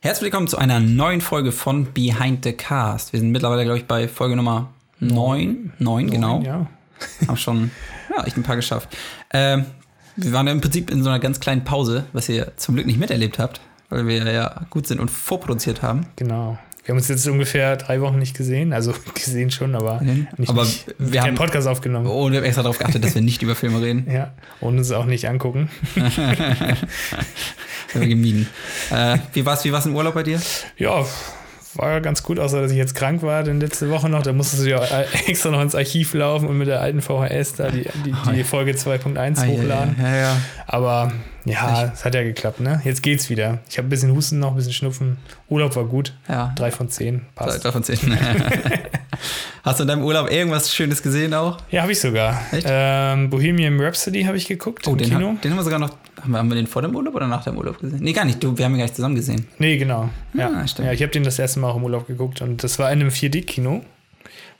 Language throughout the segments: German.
Herzlich willkommen zu einer neuen Folge von Behind the Cast. Wir sind mittlerweile, glaube ich, bei Folge Nummer 9. 9, genau. Ja. Haben schon ja, echt ein paar geschafft. Ähm, wir waren ja im Prinzip in so einer ganz kleinen Pause, was ihr zum Glück nicht miterlebt habt, weil wir ja gut sind und vorproduziert haben. Genau. Wir haben uns jetzt ungefähr drei Wochen nicht gesehen, also gesehen schon, aber Mhm. nicht, Aber nicht wir keinen haben- Oh. Podcast aufgenommen. Und wir haben extra darauf geachtet, dass wir nicht über Filme reden. Ja, und uns auch nicht angucken. Das haben wir gemieden. Äh, wie war es wie war's im Urlaub bei dir? Ja, war ganz gut, außer dass ich jetzt krank war, denn letzte Woche noch, da musstest du ja äh, extra noch ins Archiv laufen und mit der alten VHS da die, die, die Folge 2.1 hochladen. Ja, ja, ja. Aber ja, es hat ja geklappt, ne? Jetzt geht's wieder. Ich habe ein bisschen Husten noch, ein bisschen Schnupfen. Urlaub war gut. ja. Drei von zehn, passt. Davon zehn. Hast du in deinem Urlaub irgendwas Schönes gesehen auch? Ja, habe ich sogar. Echt? Oh, Ähm, Bohemian Rhapsody habe ich geguckt im den, Kino. ha- den haben wir sogar noch. Haben wir, haben wir den vor dem Urlaub oder nach dem Urlaub gesehen? Nee, gar nicht. Du, wir haben ihn gar nicht zusammen gesehen. Nee, genau. Ja, Ah, stimmt. ja ich habe den das erste Mal auch im Urlaub geguckt und das war in einem 4D-Kino,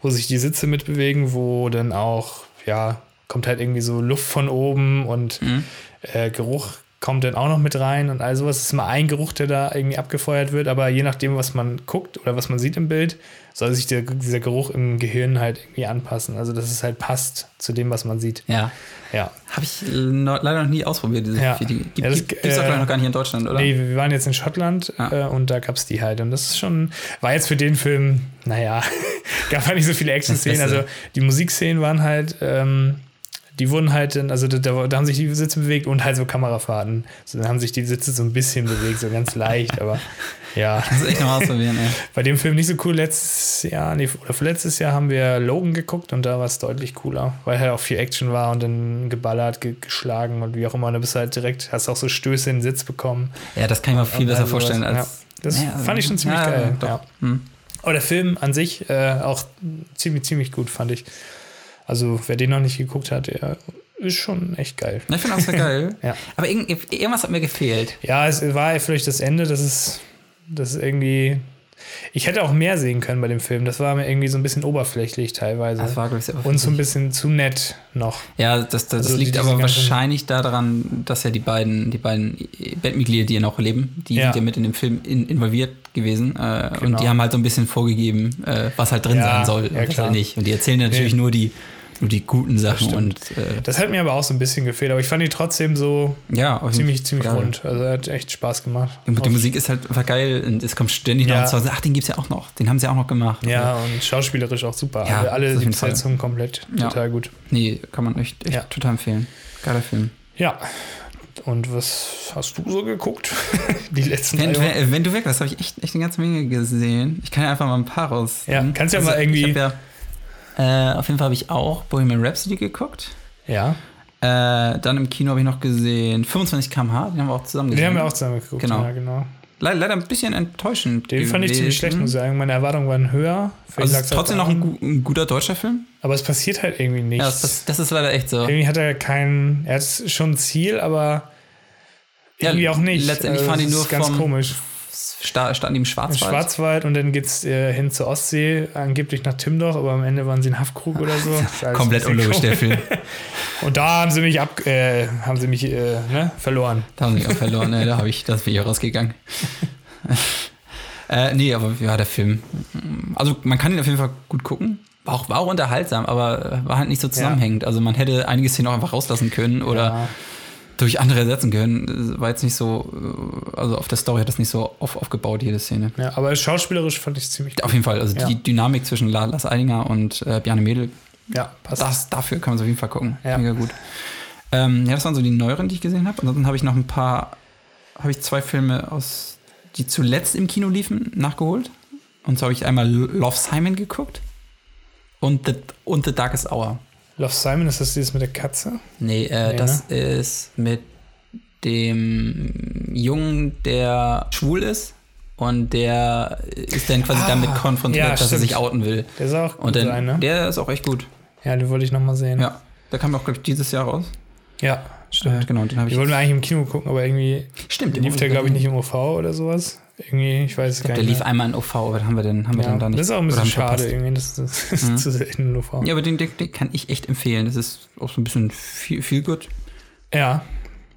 wo sich die Sitze mitbewegen, wo dann auch, ja, kommt halt irgendwie so Luft von oben und Mhm. äh, Geruch kommt dann auch noch mit rein und all sowas. Es ist mal ein Geruch, der da irgendwie abgefeuert wird, aber je nachdem, was man guckt oder was man sieht im Bild, soll sich der, dieser Geruch im Gehirn halt irgendwie anpassen. Also, dass es halt passt zu dem, was man sieht. Ja. Ja. Habe ich äh, noch, leider noch nie ausprobiert, diese Ja. 4D. Gibt, Ja, das- gibt, gibt's doch äh, leider noch gar nicht in Deutschland, oder? Nee, wir waren jetzt in Schottland Ah. äh, und da gab es die halt. Und das ist schon, war jetzt für den Film, naja, gab halt nicht so viele Action-Szenen. Das Beste. Also die Musikszenen waren halt, ähm, die wurden halt, dann, also da- da, da haben sich die Sitze bewegt und halt so Kamerafahrten. So, dann haben sich die Sitze so ein bisschen bewegt, so ganz leicht, aber ja. Das ist echt noch ausprobieren, ey. Bei dem Film nicht so cool. Letztes Jahr, nee, oder vorletztes Jahr haben wir Logan geguckt und da war es deutlich cooler, weil halt auch viel Action war und dann geballert, ge geschlagen und wie auch immer. Und du bist halt direkt, hast auch so Stöße in den Sitz bekommen. Ja, das kann ich mir viel Und besser all sowas. vorstellen als. Ja. Das Ja, also- fand ich schon ziemlich ja, geil. doch. Ja. Hm. Aber der Film an sich äh, auch ziemlich, ziemlich gut, fand ich. Also, wer den noch nicht geguckt hat, der ist schon echt geil. Na, Ich finde auch sehr geil. Ja. Aber irgend, irgendwas hat mir gefehlt. Ja, es war vielleicht das Ende, das ist, das ist irgendwie. Ich hätte auch mehr sehen können bei dem Film. Das war mir irgendwie so ein bisschen oberflächlich teilweise. Das war, glaube ich, sehr Und so ein bisschen zu nett noch. Ja, das, das, das Also die- liegt diese aber ganzen- wahrscheinlich daran, dass ja die beiden, die beiden Bandmitglieder, die ja noch leben, die Ja. sind ja mit in dem Film in, involviert gewesen äh, und Genau. die haben halt so ein bisschen vorgegeben, äh, was halt drin Ja, sein soll ja, und was klar. halt nicht. Und die erzählen natürlich Nee. nur die nur die guten Sachen und stimmt. äh, Das hat mir aber auch so ein bisschen gefehlt, aber ich fand die trotzdem so ja, auf jeden ziemlich, Fall. ziemlich Ja. rund. Also hat echt Spaß gemacht. Hm, Und die Musik ist halt einfach geil und es kommt ständig noch Ja. und zwar, ach, den gibt's ja auch noch, den haben sie ja auch noch gemacht. Ja, und schauspielerisch auch super. Also, Ja, alle alle auf die jeden Fall. Besetzung komplett. Ja. Total gut. Nee, kann man echt, echt Ja. total empfehlen. Geiler Film. Ja. Und was hast du so geguckt? die letzten Wenn, drei Wochen? wenn, wenn du weg warst, habe ich echt, echt eine ganze Menge gesehen. Ich kann ja einfach mal ein paar raus. hm? Also Ja, kannst ja mal irgendwie- Ich hab ja, äh, auf jeden Fall habe ich auch Bohemian Rhapsody geguckt. Ja. Äh, dann im Kino habe ich noch gesehen 25 km/h, den haben wir auch zusammen Den gesehen. haben wir auch zusammen geguckt. Genau. Ja, genau. Le leider ein bisschen enttäuschend. Den fand ich ziemlich gewesen. schlecht, muss ich halt sagen. Meine Erwartungen waren höher. Vielleicht Also es lag's ist auch trotzdem noch ein, daran. gu ein guter deutscher Film. Aber es passiert halt irgendwie nichts. Ja, das, das, das ist leider echt so. irgendwie hat er keinen. Er hat schon ein Ziel, aber Ja, irgendwie auch nicht. letztendlich fahren die das nur ist ganz vom- komisch. Sta standen die im Im Schwarzwald. Schwarzwald und dann geht's äh, hin zur Ostsee, angeblich nach Timdorf, aber am Ende waren sie in Haftkrug oder so. Ist alles Komplett ein bisschen unlogisch, der komisch. Film. Und da haben sie mich ab, äh, haben sie mich äh, ne, verloren. Da haben sie mich auch verloren, ne? da habe ich, das bin ich auch rausgegangen. äh, nee, aber ja, der Film. Also man kann ihn auf jeden Fall gut gucken. War auch, war auch unterhaltsam, aber war halt nicht so zusammenhängend. Also man hätte einige Szenen auch einfach rauslassen können oder Ja. durch andere ersetzen können. War jetzt nicht so, äh, also auf der Story hat das nicht so auf, aufgebaut, jede Szene. Ja, aber schauspielerisch fand ich es ziemlich gut. Auf jeden Fall, also die Ja. Dynamik zwischen La- Lars Eidinger und äh, Bjarne Mädel, Ja, passt. das, dafür kann man es auf jeden Fall gucken. Ja. Mega gut. Ähm, ja, das waren so die neueren, die ich gesehen habe. Ansonsten habe ich noch ein paar, habe ich zwei Filme aus, die zuletzt im Kino liefen, nachgeholt. Und zwar habe ich einmal Love Simon geguckt und The, und The Darkest Hour. Love Simon, ist das dieses mit der Katze? Nee, äh, Nee, das ist mit dem Jungen, der schwul ist und der ist dann quasi damit konfrontiert, ja, dass er stimmt. sich outen will. Der sah auch gut Und dann, sein, ne? der ist auch echt gut. ja, den wollte ich nochmal sehen. Ja, der kam auch, glaube ich, dieses Jahr raus. Ja, Äh, stimmt. genau, den habe Die ich. wollten wir eigentlich im Kino gucken, aber irgendwie Stimmt, lief der, glaube ich, nicht im OV oder sowas. Irgendwie, ich weiß es gar Der nicht. lief einmal in OV, aber haben wir den, haben wir mehr. den da ja. nicht. Das ist auch ein oder bisschen haben wir schade, verpasst. Mhm. irgendwie, dass das das zu selten in OV. Ja, aber den, den, den kann ich echt empfehlen. Das ist auch so ein bisschen viel, viel gut. ja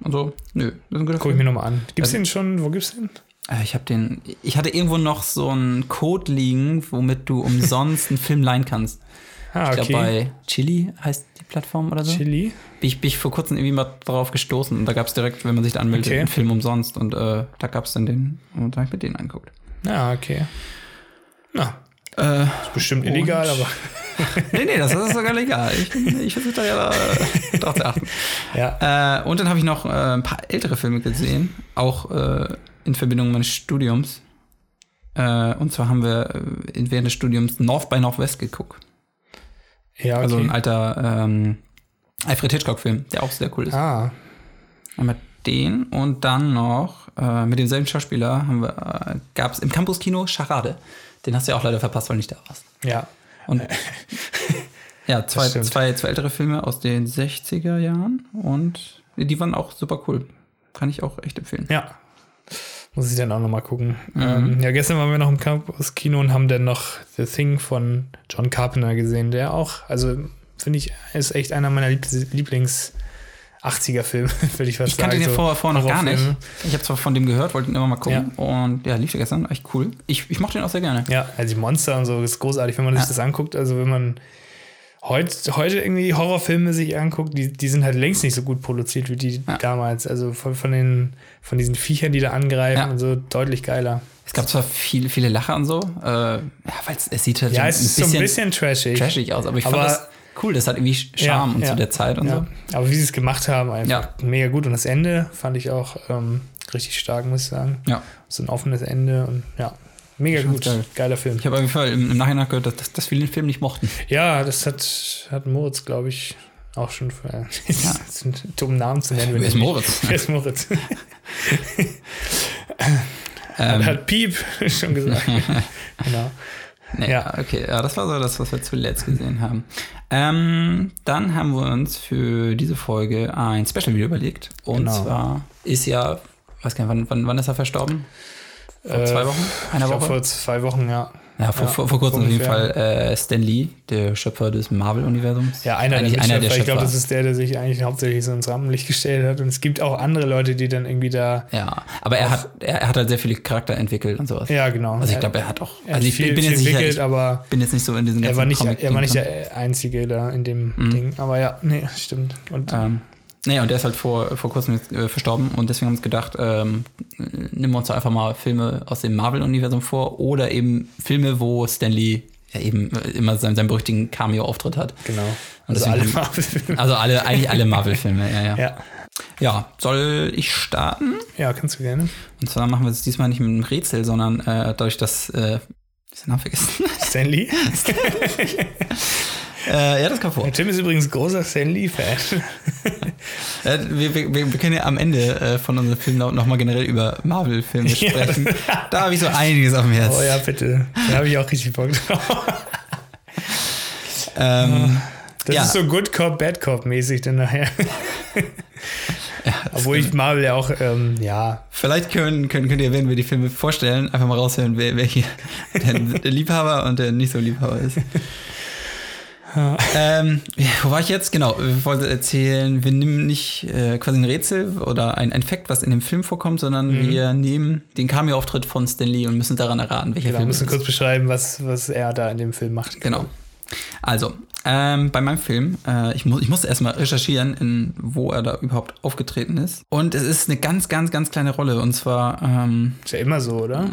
Also, nö, das ist ein guter guck Film. ich Also mir nochmal an. Gibt's den schon? Wo gibt's den? Äh, Ich habe den. Ich hatte irgendwo noch so einen Code liegen, womit du umsonst einen Film leihen kannst. Ah, Ich okay. glaube, bei Chili heißt die Plattform oder so. Chili. Bin ich, bin ich vor kurzem irgendwie mal drauf gestoßen und da gab es direkt, wenn man sich da anmeldet, Okay. einen Film umsonst und äh, da gab es dann den und da habe ich mir den angeguckt. Ah, okay. Na, Äh, ist bestimmt Und- illegal, aber nee, nee, das ist sogar legal. Ich, ich versuche da ja äh, drauf zu achten. ja. Äh, und dann habe ich noch äh, ein paar ältere Filme gesehen, auch äh, in Verbindung meines Studiums. Äh, und zwar haben wir äh, während des Studiums North by Northwest geguckt. Ja, okay. Also ein alter ähm, Alfred Hitchcock-Film, der auch sehr cool ist. ah, Einmal den und dann noch äh, mit demselben Schauspieler haben wir, äh, gab es im Campus-Kino Charade. Den hast du ja auch leider verpasst, weil du nicht da warst. ja. Und ja, zwei, stimmt. zwei, zwei ältere Filme aus den 60er Jahren und die waren auch super cool. Kann ich auch echt empfehlen. Ja. Muss ich dann auch nochmal gucken. Mhm. Ähm, ja, gestern waren wir noch im Campus-Kino und haben dann noch The Thing von John Carpenter gesehen, der auch, also finde ich, ist echt einer meiner Lieb Lieblings- 80er-Filme, würde ich fast Ich sagen. kannte den so vorher, vorher noch gar nicht. also Horrorfilme. Ich habe zwar von dem gehört, wollte ihn immer mal gucken. Und ja, lief der gestern, echt cool. Ich, ich mochte den auch sehr gerne. Ja, also die Monster und so ist großartig, wenn man sich das anguckt. Also wenn man heute, heute irgendwie Horrorfilme sich anguckt, die, die sind halt längst nicht so gut produziert wie die Ja. damals. Also von, von, den, von diesen Viechern, die da angreifen Ja. und so, deutlich geiler. Es gab zwar viele, viele Lacher und so, äh, ja, weil es- es sieht halt Ja, es ist so ein bisschen trashig. trashig aus, aber ich Aber- fand das cool. Das hat irgendwie Sch- Charme Ja, und ja. zu der Zeit und Ja. so. Aber wie sie es gemacht haben, einfach mega gut. Und das Ende fand ich auch ähm, richtig stark, muss ich sagen. Ja. So ein offenes Ende und ja, mega gut. geil. Geiler Film. Ich habe auf jeden Fall im, im Nachhinein gehört, dass, dass, dass viele den Film nicht mochten. Ja, das hat, hat Moritz, glaube ich, auch schon vorher. Das ist ein dummen Namen zu nennen. wenn Wer ist ich- Moritz? Wer ist Moritz? Ähm, hat Piep schon gesagt. genau. nee, ja. ja. Okay, ja, das war so das, was wir zuletzt gesehen haben. Ähm, dann haben wir uns für diese Folge ein Special-Video überlegt. Und Genau. zwar ist ja, weiß gar nicht, wann, wann, wann ist er verstorben? Vor zwei Wochen? Einer Äh, Ich glaub, Woche? vor zwei Wochen, ja. ja, vor, ja, vor, vor kurzem auf jeden ungefähr. Fall äh, Stan Lee, der Schöpfer des Marvel-Universums. Ja, einer Eigentlich der Mitschöpfer. ich glaube, Schöpfer. das ist der, der sich eigentlich hauptsächlich so ins Rampenlicht gestellt hat. Und es gibt auch andere Leute, die dann irgendwie da. Ja, aber er hat, er, er hat halt sehr viele Charakter entwickelt und sowas. Ja, genau. Also ich Er- glaube, er hat auch. er also hat ich viel, bin viel jetzt sicher, entwickelt, ich aber bin jetzt nicht so in diesen ganzen er war nicht, Comic Mhm. er war nicht der Einzige da in dem Ding. Aber ja, nee, stimmt. Und Ähm, naja, und der ist halt vor, vor kurzem jetzt, äh, verstorben und deswegen haben wir uns gedacht, ähm, äh, nehmen wir uns doch einfach mal Filme aus dem Marvel-Universum vor oder eben Filme, wo Stan Lee ja eben äh, immer seinen, seinen berüchtigten Cameo-Auftritt hat. genau. Und Also deswegen alle haben- Marvel-Filme. Also alle, eigentlich alle Marvel-Filme, ja, ja. Ja. Ja, soll ich starten? ja, kannst du gerne. Und zwar machen wir es diesmal nicht mit einem Rätsel, sondern äh, dadurch, dass. Äh, ist den Namen vergessen? Stanley. äh, ja, das kam vor. Tim ist übrigens großer Stanley-Fan. Äh, wir, wir, wir wir können ja am Ende äh, von unserem Film nochmal generell über Marvel-Filme Ja. sprechen. Da habe ich so einiges auf dem Herzen. Oh ja, bitte. Da habe ich auch richtig Bock drauf. Ähm, Das Ja. ist so Good Cop, Bad Cop mäßig dann nachher. Obwohl ich Marvel ja auch, ähm, ja, vielleicht können, können, könnt ihr, wenn wir die Filme vorstellen, einfach mal raushören, wer, wer hier der Liebhaber und der nicht so Liebhaber ist. ähm, ja, wo war ich jetzt? Genau, wir wollten erzählen, wir nehmen nicht äh, quasi ein Rätsel oder ein, ein Fact, was in dem Film vorkommt, sondern Mhm. wir nehmen den Cameo-Auftritt von Stan Lee und müssen daran erraten, welcher genau, wir Film müssen es ist. kurz beschreiben, was, was er da in dem Film macht. Genau. Also, ähm, bei meinem Film, äh, ich, mu ich musste erstmal recherchieren, in, wo er da überhaupt aufgetreten ist. Und es ist eine ganz, ganz, ganz kleine Rolle. Und zwar, ähm, Ist ja immer so, oder?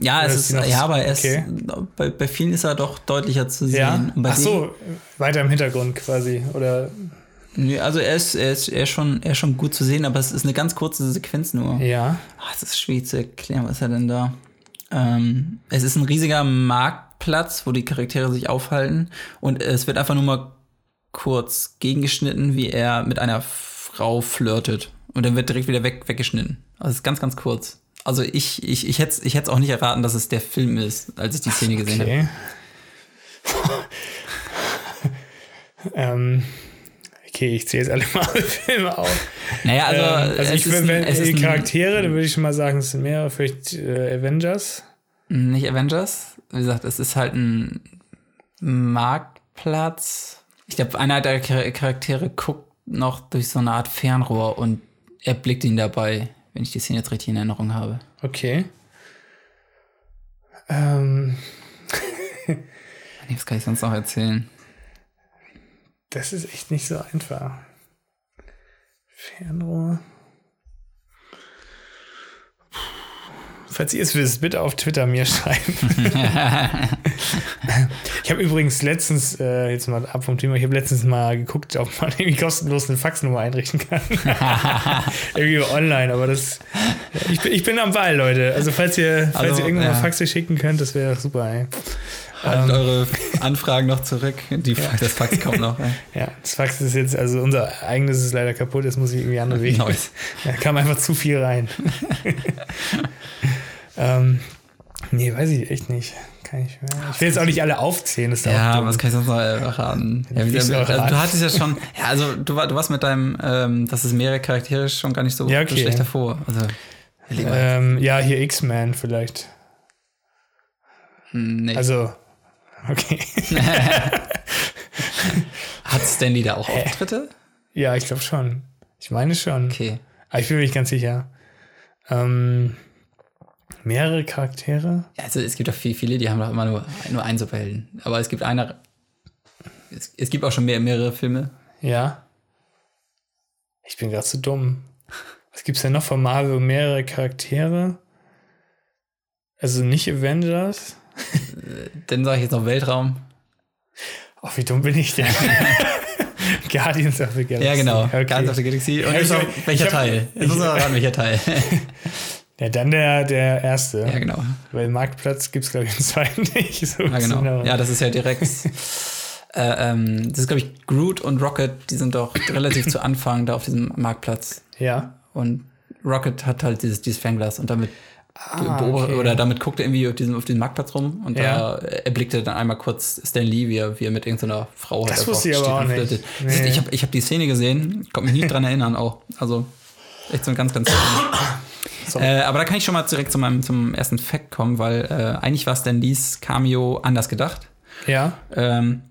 ja, es ist ist, die noch- ja, aber er okay. ist, bei, bei vielen ist er doch deutlicher zu sehen. Ja. Und bei Ach so, weiter im Hintergrund quasi. Oder, dem- Nö, also er ist, er, ist, er, ist schon, er ist schon gut zu sehen, aber es ist eine ganz kurze Sequenz nur. ja. Ah, es ist schwierig zu erklären, was ist er denn da? Ähm, es ist ein riesiger Marktplatz, wo die Charaktere sich aufhalten und es wird einfach nur mal kurz gegengeschnitten, wie er mit einer Frau flirtet. Und dann wird direkt wieder weg, weggeschnitten. Also es ist ganz, ganz kurz. Also ich, ich, ich hätte es ich hätt's auch nicht erraten, dass es der Film ist, als ich die Szene gesehen habe. Okay. ähm, okay, ich zähle jetzt alle Marvel-Filme auf. Naja, also, ähm, also es ich ist würde, ein- wenn es ist die ein- Charaktere, dann würde ich schon mal sagen, es sind mehrere, vielleicht äh, Avengers. Nicht Avengers. Wie gesagt, es ist halt ein Marktplatz. Ich glaube, einer der Char- Charaktere guckt noch durch so eine Art Fernrohr und erblickt ihn dabei. wenn ich die Szene jetzt richtig in Erinnerung habe. Okay. Ähm, Nee, Was kann ich sonst noch erzählen? das ist echt nicht so einfach. Fernrohr. Falls ihr es wisst, bitte auf Twitter mir schreiben. ich habe übrigens letztens, äh, jetzt mal ab vom Thema, ich habe letztens mal geguckt, ob man irgendwie kostenlos eine Faxnummer einrichten kann. irgendwie online, aber das. Ich bin, ich bin am Ball, Leute. Also, falls ihr, falls Also, ihr irgendwann ja. mal Faxe schicken könnt, das wäre super, ey. Haltet eure Anfragen noch zurück. Die, Das Fax kommt noch. ey. Ja, das Fax ist jetzt, also unser eigenes ist leider kaputt, jetzt muss ich irgendwie andere Wege. Neues. Da kam einfach zu viel rein. ähm, nee, weiß ich echt nicht. Kann ich, mehr. ich will jetzt auch nicht alle aufzählen, das ist Ja, auch was dumm. kann ich sonst noch erraten? Ja, wie Ich gesagt, soll also, du raten. hattest ja schon, ja, also du, war, du warst mit deinem, ähm, dass es mehrere Charaktere ist, schon gar nicht so Ja, okay. schlecht davor. Also, lieber, ähm, ja, hier X-Man vielleicht. nee. Also, okay. Hat Stanley da auch Auftritte? ja, ich glaube schon. Ich meine schon. Okay. Aber ich bin mir nicht ganz sicher. Ähm, mehrere Charaktere? Ja, also es gibt doch viel, viele, die haben doch immer nur, nur einen Superhelden. Aber es gibt einer, es, es gibt auch schon mehr, mehrere Filme. Ja. Ich bin gerade zu dumm. Was gibt's denn noch von Marvel? Mehrere Charaktere? Also nicht Avengers? Dann sage ich jetzt noch Weltraum. Ach, Oh, wie dumm bin ich denn? Guardians of the Galaxy. Ja, genau. Okay. Guardians of the Galaxy. Und Ja, jetzt ich- auch, welcher ich hab- Teil? Jetzt muss man raten, welcher Teil. ja, dann der, der erste. ja, genau. Weil Marktplatz gibt's glaube ich, den zweiten nicht. So Ja, genau. Ja, das ist ja direkt. äh, ähm, das ist, glaube ich, Groot und Rocket, die sind doch relativ zu Anfang da auf diesem Marktplatz. ja. Und Rocket hat halt dieses, dieses Fernglas und damit beobacht- Ah, okay. oder damit guckt er irgendwie auf diesem, auf diesem Marktplatz rum und da Ja. erblickt er dann einmal kurz Stan Lee, wie er, wie er mit irgendeiner Frau halt Das einfach wusste ich aber steht auch und nicht. flirtet. Das ist- Nee. Ich habe ich hab die Szene gesehen, konnte mich nicht dran erinnern auch. Also echt so ein ganz, ganz. So. Äh, aber da kann ich schon mal direkt zu meinem zum ersten Fact kommen, weil äh, eigentlich war Stan Lees Cameo anders gedacht. ja. Ähm,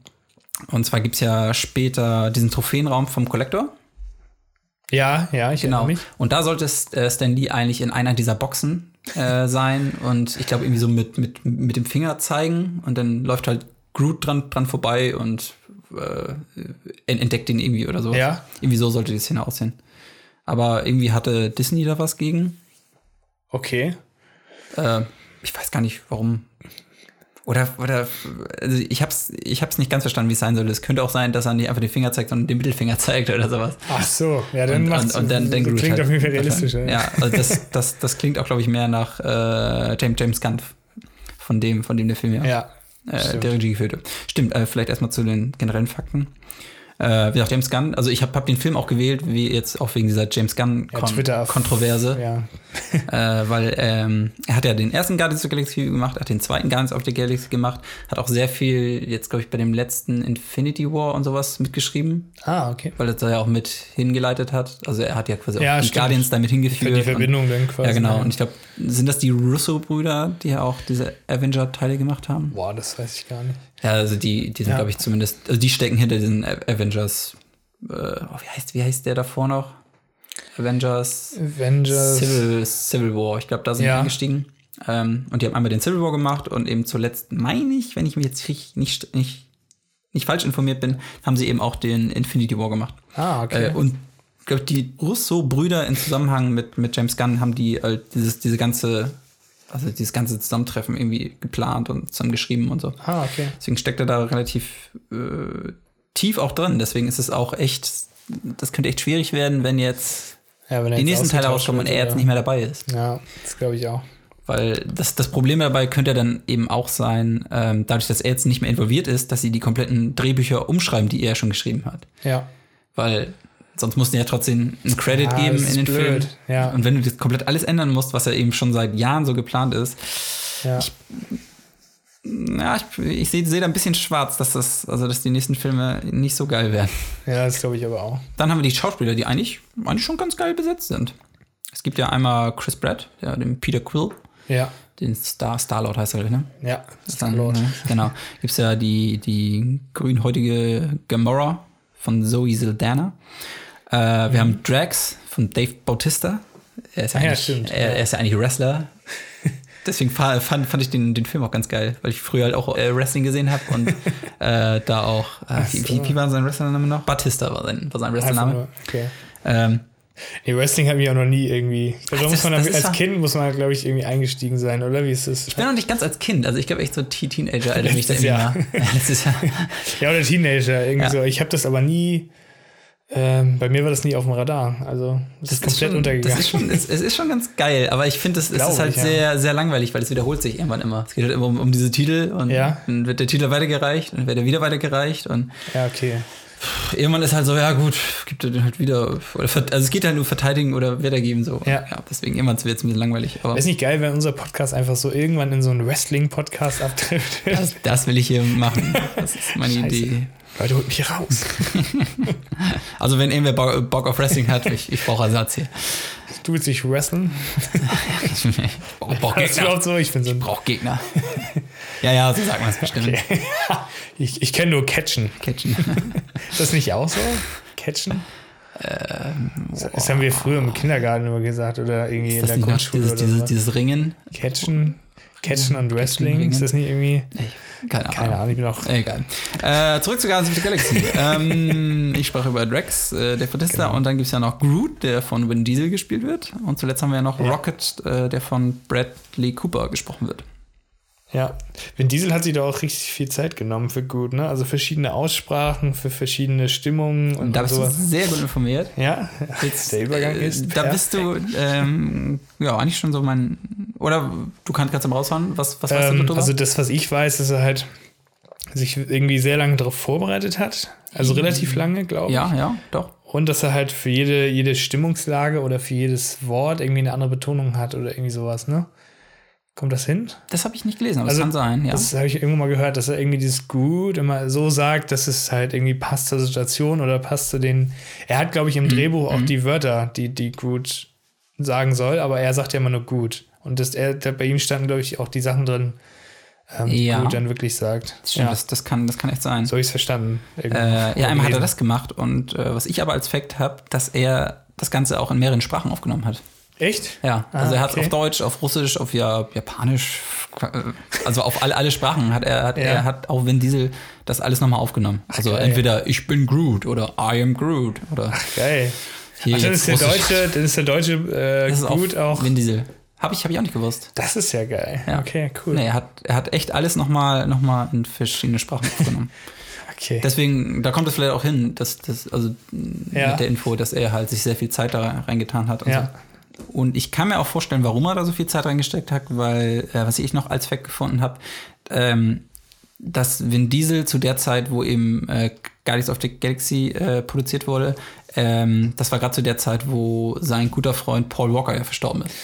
und zwar gibt es ja später diesen Trophäenraum vom Collector. Ja, ja, ich Genau. erinnere mich. Und da sollte es, äh, Stan Lee eigentlich in einer dieser Boxen äh, sein und ich glaube irgendwie so mit, mit, mit dem Finger zeigen und dann läuft halt Groot dran, dran vorbei und äh, en- entdeckt ihn irgendwie oder so. Ja. Irgendwie so sollte die Szene aussehen. Aber irgendwie hatte Disney da was gegen. Okay. Äh, ich weiß gar nicht warum. Oder, oder also ich hab's, ich hab's nicht ganz verstanden, wie es sein soll. Es könnte auch sein, dass er nicht einfach den Finger zeigt, sondern den Mittelfinger zeigt oder sowas. Ach so. Ja, dann Und- macht's. und, und dann, dann das Groot klingt halt. auf jeden Fall realistischer. Ja, also das, das, das klingt auch, glaube ich, mehr nach äh, James, James Gunn, von dem, von dem der Film ja, Ja. äh, stimmt. der Regie geführt wird. Stimmt, äh, vielleicht erstmal zu den generellen Fakten. Äh, wie gesagt, James Gunn, also ich habe hab den Film auch gewählt, wie jetzt auch wegen dieser James Ja, Twitter- Gunn-Kontroverse, ja. äh, weil ähm, er hat ja den ersten Guardians of the Galaxy gemacht, hat den zweiten Guardians of the Galaxy gemacht, hat auch sehr viel, jetzt glaube ich, bei dem letzten Infinity War und sowas mitgeschrieben Ah, okay. weil er das ja auch mit hingeleitet hat. Also er hat ja quasi Ja, auch die stimmt. Guardians damit Für hingeführt. die Verbindung dann Und, quasi. ja, genau. Und ich glaube, sind das die Russo-Brüder, die ja auch diese Avenger-Teile gemacht haben? Boah, das weiß ich gar nicht. Ja, also die, die sind, Ja. glaube ich, zumindest, also die stecken hinter diesen A- Avengers. Äh, oh, wie, heißt, wie heißt der davor noch? Avengers Avengers. Civil, Civil War. Ich glaube, da sind die Ja. eingestiegen. Ähm, und die haben einmal den Civil War gemacht und eben zuletzt, meine ich, wenn ich mich jetzt richtig- nicht, nicht, nicht falsch informiert bin, haben sie eben auch den Infinity War gemacht. Ah, okay. Äh, und ich glaube, die Russo-Brüder in Zusammenhang mit, mit James Gunn haben die halt dieses, diese ganze, also dieses ganze Zusammentreffen irgendwie geplant und zusammengeschrieben und so. ah, okay. Deswegen steckt er da relativ äh, tief auch drin. Deswegen ist es auch echt, das könnte echt schwierig werden, wenn jetzt Ja, wenn er die jetzt nächsten Teile ausgetauscht rauskommen und wird, er jetzt ja. nicht mehr dabei ist. Ja, das glaube ich auch. Weil das, das Problem dabei könnte dann eben auch sein, ähm, dadurch, dass er jetzt nicht mehr involviert ist, dass sie die kompletten Drehbücher umschreiben, die er schon geschrieben hat. Ja. Weil sonst mussten die ja trotzdem einen Credit Ja, geben das ist in den blöd. Film. Ja. Und wenn du das komplett alles ändern musst, was ja eben schon seit Jahren so geplant ist, Ja. ja, ich, ich sehe seh da ein bisschen schwarz, dass das, also dass die nächsten Filme nicht so geil werden. ja, das glaube ich aber auch. Dann haben wir die Schauspieler, die eigentlich, eigentlich schon ganz geil besetzt sind. Es gibt ja einmal Chris Pratt, ja, den Peter Quill, Ja. den Star Starlord heißt er, glaub ich, ne? Ja. Dann, ne? Genau. Gibt es ja die, die grünhäutige Gamora von Zoe Saldana. Äh, wir haben Drax von Dave Bautista. Er ist Mhm. Ah Ja, eigentlich, stimmt. er, er ist ja eigentlich Wrestler. Deswegen fa- fand, fand ich den, den Film auch ganz geil, weil ich früher halt auch äh, Wrestling gesehen habe und äh, da auch. Äh, wie, wie, wie war sein Wrestlername noch? Batista war sein, war sein Einfach Wrestlername. nur, Also, okay. Ähm, Nee, Wrestling hat mich auch noch nie irgendwie. Das Also muss ist- man das dann, ist als ja- Kind muss man, glaube ich, irgendwie eingestiegen sein, oder? Wie ist das? ich bin noch nicht ganz als Kind, also ich glaube echt so Te- Teenager, Alter, mich da Letztes irgendwie Jahr. mal- Ja, Letztes Jahr. Ja, oder Teenager, irgendwie Ja. so. Ich habe das aber nie. Ähm, bei mir war das nie auf dem Radar. Also, das, ist komplett schon, untergegangen. Das ist schon, es, es ist schon ganz geil, aber ich finde, es es Glaube ist halt ich, ja. sehr, sehr langweilig, weil es wiederholt sich irgendwann immer. Es geht halt immer um, um diese Titel und Ja. dann wird der Titel weitergereicht und dann wird er wieder weitergereicht und ja, okay. pff, irgendwann ist halt so, ja gut, gibt er den halt wieder. Oder, vert- also es geht halt nur verteidigen oder weitergeben so. Ja. deswegen irgendwann wird es ein bisschen langweilig. Aber Wäre es nicht geil, wenn unser Podcast einfach so irgendwann in so einen Wrestling-Podcast abtrifft? das, das will ich hier machen. Das ist meine Scheiße. Idee. Leute, holt mich hier raus. Also wenn irgendwer Bo- Bock auf Wrestling hat, ich, ich brauche Ersatz hier. Du willst dich wrestlen? ich brauche Bock Das ist Gegner. überhaupt so. Ich bin so ein. Brauch Gegner. ja, ja, so sagt man es bestimmt. Ich, ich kenne nur Catchen. Catchen. Ist das nicht auch so? Catchen? Ähm, Das- das haben wir früher im Kindergarten immer gesagt oder irgendwie in Ist das der nicht noch Grundschule dieses, oder dieses, so. dieses Ringen? Catchen? Catchen und Wrestling? Ringen. Ist das nicht irgendwie? Keine, Keine Ahnung. Ahnung, ich bin auch. Egal. Äh, zurück zu Guardians of the Galaxy. ähm, ich sprach über Drax, äh, der Batista, Genau. und dann gibt es ja noch Groot, der von Vin Diesel gespielt wird. Und zuletzt haben wir ja noch Rocket, äh, der von Bradley Cooper gesprochen wird. Ja. Vin Diesel hat sich da auch richtig viel Zeit genommen für gut, ne? Also verschiedene Aussprachen, für verschiedene Stimmungen und, Und da und bist du sowas. sehr gut informiert. Ja, Jetzt, der Übergang äh, ist. Da bist du, ähm, ja, eigentlich schon so mein. Oder du kannst gerade zum Raushauen. Was, was weißt du Ähm, darüber? also das, was ich weiß, ist er halt sich irgendwie sehr lange darauf vorbereitet hat. Also Mhm. relativ lange, glaube ich. ja, ja, doch. Und dass er halt für jede, jede Stimmungslage oder für jedes Wort irgendwie eine andere Betonung hat oder irgendwie sowas, ne? Kommt das hin? Das habe ich nicht gelesen, aber es Also, kann sein, ja. Das habe ich irgendwo mal gehört, dass er irgendwie dieses Gut immer so sagt, dass es halt irgendwie passt zur Situation oder passt zu den. Er hat, glaube ich, im Mhm. Drehbuch auch die Wörter, die, die Gut sagen soll, aber er sagt ja immer nur gut. Und das, er, da, bei ihm standen, glaube ich, auch die Sachen drin, ähm, die Ja. Gut dann wirklich sagt. Stimmt, ja, das, das, kann, das kann echt sein. so habe ich es verstanden. Irgendwie. Äh, ja, einmal hat er Gelesen. das gemacht und äh, was ich aber als Fact habe, dass er das Ganze auch in mehreren Sprachen aufgenommen hat. Echt? Ja, also Ah, er hat okay. auf Deutsch, auf Russisch, auf ja, Japanisch, äh, also auf alle, alle Sprachen hat er, hat, Ja. er hat auch Vin Diesel das alles nochmal aufgenommen. Also geil. entweder ich bin Groot oder I am Groot oder Geil. hier Ach, dann jetzt ist der Russisch. deutsche, dann ist der deutsche äh, das ist gut auch. Vin Diesel. Habe ich, hab ich auch nicht gewusst. Das ist ja geil. Ja. Okay, cool. Nee, er hat, er hat echt alles nochmal noch mal in verschiedene Sprachen aufgenommen. Okay. Deswegen, da kommt es vielleicht auch hin, dass das, also Ja. mit der Info, dass er halt sich sehr viel Zeit da reingetan hat. Und, Ja. so. und ich kann mir auch vorstellen, warum er da so viel Zeit reingesteckt hat, weil, äh, was ich noch als Fact gefunden habe, ähm, dass Vin Diesel zu der Zeit, wo eben äh, Guardians of the Galaxy äh, produziert wurde, ähm, das war gerade zu der Zeit, wo sein guter Freund Paul Walker ja verstorben ist.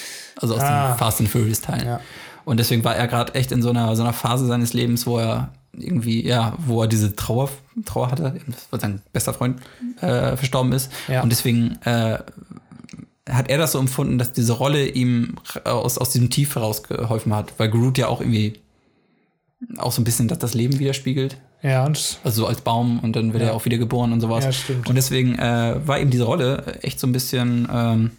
Also aus Ah. den Fast and Furious Teilen. Ja. Und deswegen war er gerade echt in so einer, so einer Phase seines Lebens, wo er irgendwie, ja, wo er diese Trauer, Trauer hatte, weil sein bester Freund äh, verstorben ist. Ja. Und deswegen äh, hat er das so empfunden, dass diese Rolle ihm äh, aus, aus diesem Tief herausgeholfen hat, weil Groot ja auch irgendwie auch so ein bisschen das, das Leben widerspiegelt. ja, und Also so als Baum und dann wird er auch wieder geboren und sowas. Ja, stimmt. Und deswegen äh, war eben diese Rolle echt so ein bisschen, ähm,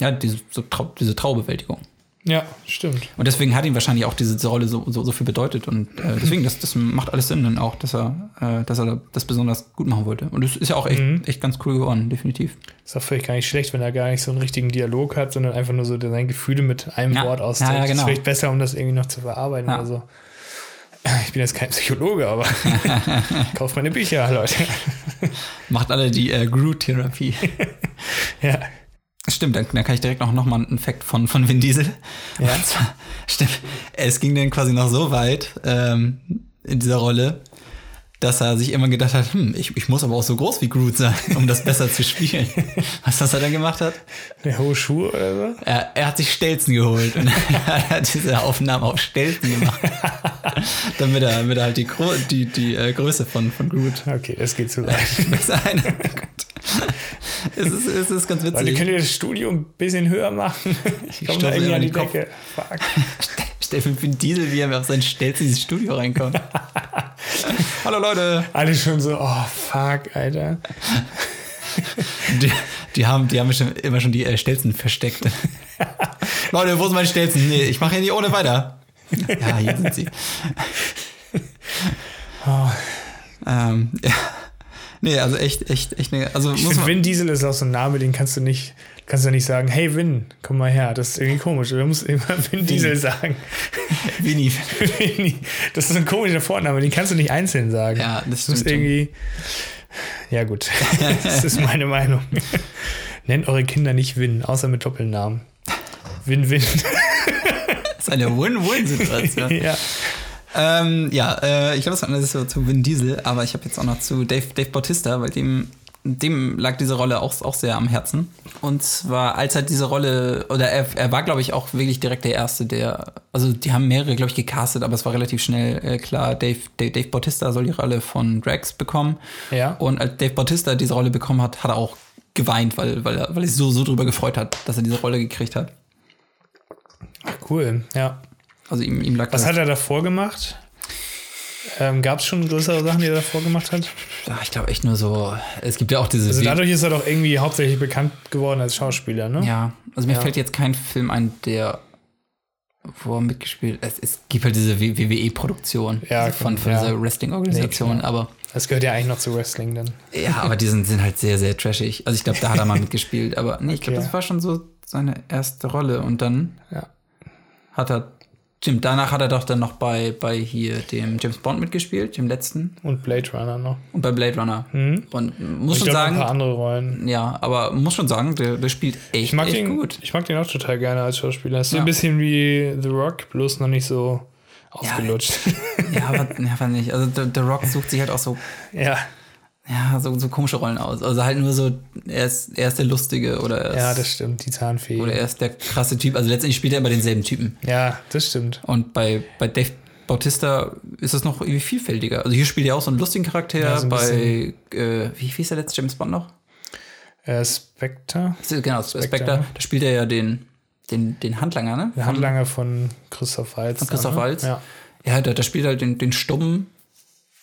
ja, diese, so Trau diese Traubewältigung. ja, stimmt. Und deswegen hat ihm wahrscheinlich auch diese, diese Rolle so, so, so viel bedeutet. Und äh, deswegen, das, das macht alles Sinn dann auch, dass er, äh, dass er das besonders gut machen wollte. Und es ist ja auch echt, Mhm. echt ganz cool geworden, definitiv. Ist auch vielleicht gar nicht schlecht, wenn er gar nicht so einen richtigen Dialog hat, sondern einfach nur so seine Gefühle mit einem Ja. Wort ausdrückt. Ja, ja, Ist genau. vielleicht besser, um das irgendwie noch zu verarbeiten Ja. oder so. Ich bin jetzt kein Psychologe, aber kauft meine Bücher, Leute. Macht alle die äh, Groot-Therapie. ja. Stimmt, dann, dann kann ich direkt noch, noch mal einen Fact von, von Vin Diesel. Ja. Und zwar, stimmt, es ging dann quasi noch so weit ähm, in dieser Rolle, dass er sich immer gedacht hat, hm, ich, ich muss aber auch so groß wie Groot sein, um das besser zu spielen. Was was er dann gemacht hat? Eine hohe Schuhe oder so. Er, er hat sich Stelzen geholt und er hat diese Aufnahme auf Stelzen gemacht. damit, er, damit er halt die, Gro die, die äh, Größe von, von Groot Okay, das geht zu weit. besser ein. es, ist, es ist ganz Leute, witzig. könnt ihr das Studio ein bisschen höher machen? Ich komme da stoße irgendwie immer an die den Kopf. Decke. Fuck. Steffen Vin Diesel, wie er mir auf sein Stelzen ins Studio reinkommt. Hallo Leute. Alle schon so, oh fuck, Alter. Die, die haben, die haben schon, immer schon die äh, Stelzen versteckt. Leute, wo sind meine Stelzen? Nee, ich mache hier nicht ohne weiter. ja, hier sind sie. Oh, Ähm, ja. Nee, also echt, echt, echt eine. Also ich muss finde, man, Vin Diesel ist auch so ein Name, den kannst du nicht, kannst du nicht sagen, hey Vin, komm mal her. Das ist irgendwie komisch. Du musst immer Vin Diesel sagen. Winnie. Vini. Das ist ein komischer Vorname, den kannst du nicht einzeln sagen. Ja, das Das ist stimmt schon. irgendwie. Ja, gut. das ist meine Meinung. Nennt eure Kinder nicht Win, außer mit Doppelnamen. Win-Win. Das ist eine Win-Win-Situation. ja. ähm, ja, äh, ich glaube, das war alles so zu Vin Diesel, aber ich habe jetzt auch noch zu Dave, Dave Bautista, weil dem, dem lag diese Rolle auch, auch sehr am Herzen. Und zwar, als er diese Rolle, oder er, er war, glaube ich, auch wirklich direkt der Erste, der, also die haben mehrere, glaube ich, gecastet, aber es war relativ schnell äh, klar, Dave, Dave, Dave Bautista soll die Rolle von Drax bekommen. Ja. Und als Dave Bautista diese Rolle bekommen hat, hat er auch geweint, weil, weil, er, weil er sich so, so drüber gefreut hat, dass er diese Rolle gekriegt hat. Cool, ja. Also ihm, ihm lag Was das- hat er davor gemacht? Ähm, Gab es schon größere Sachen, die er davor gemacht hat? Ja, Ah, ich glaube echt nur so. Es gibt ja auch diese. Also Serie- dadurch ist er doch irgendwie hauptsächlich bekannt geworden als Schauspieler, ne? ja, also mir Ja. fällt jetzt kein Film ein, der wo er mitgespielt es, es gibt halt diese WWE-Produktion Ja, genau, von, von ja. dieser Wrestling-Organisation, Nee, aber Das gehört ja eigentlich noch zu Wrestling dann. ja, aber die sind, sind halt sehr, sehr trashig. Also ich glaube, da hat er mal mitgespielt, aber nee, ich glaube, Okay. das war schon so seine erste Rolle und dann Ja. hat er. Stimmt, danach hat er doch dann noch bei, bei hier dem James Bond mitgespielt, dem letzten, Und Blade Runner noch. und bei Blade Runner. Mhm. Und muss Ich schon glaube, ein paar sagen, andere Rollen. ja, aber muss schon sagen, der, der spielt echt, Ich mag, echt den, gut. ich mag den auch total gerne als Schauspieler. Ist so Ja. ein bisschen wie The Rock, bloß noch nicht so ausgelutscht. Ja, aber ja, fand ich. Also The, The Rock sucht sich halt auch so, Ja, ja, so, so komische Rollen aus. Also halt nur so, er ist, er ist der Lustige oder er ist, ja, das stimmt, die Zahnfee. oder er ist der krasse Typ. Also letztendlich spielt er immer denselben Typen. ja, das stimmt. Und bei, bei Dave Bautista ist das noch irgendwie vielfältiger. Also hier spielt er auch so einen lustigen Charakter. Ja, so ein bei, äh, wie wie hieß der letzte James Bond noch? Äh, Spectre, Das ist- Genau, Spectre. Spectre, ne? Da spielt er ja den, den, den Handlanger, ne? der Handlanger von Christoph Waltz. ne? Von Christoph Waltz. Ja, Ja, da, da spielt er halt den, den stummen,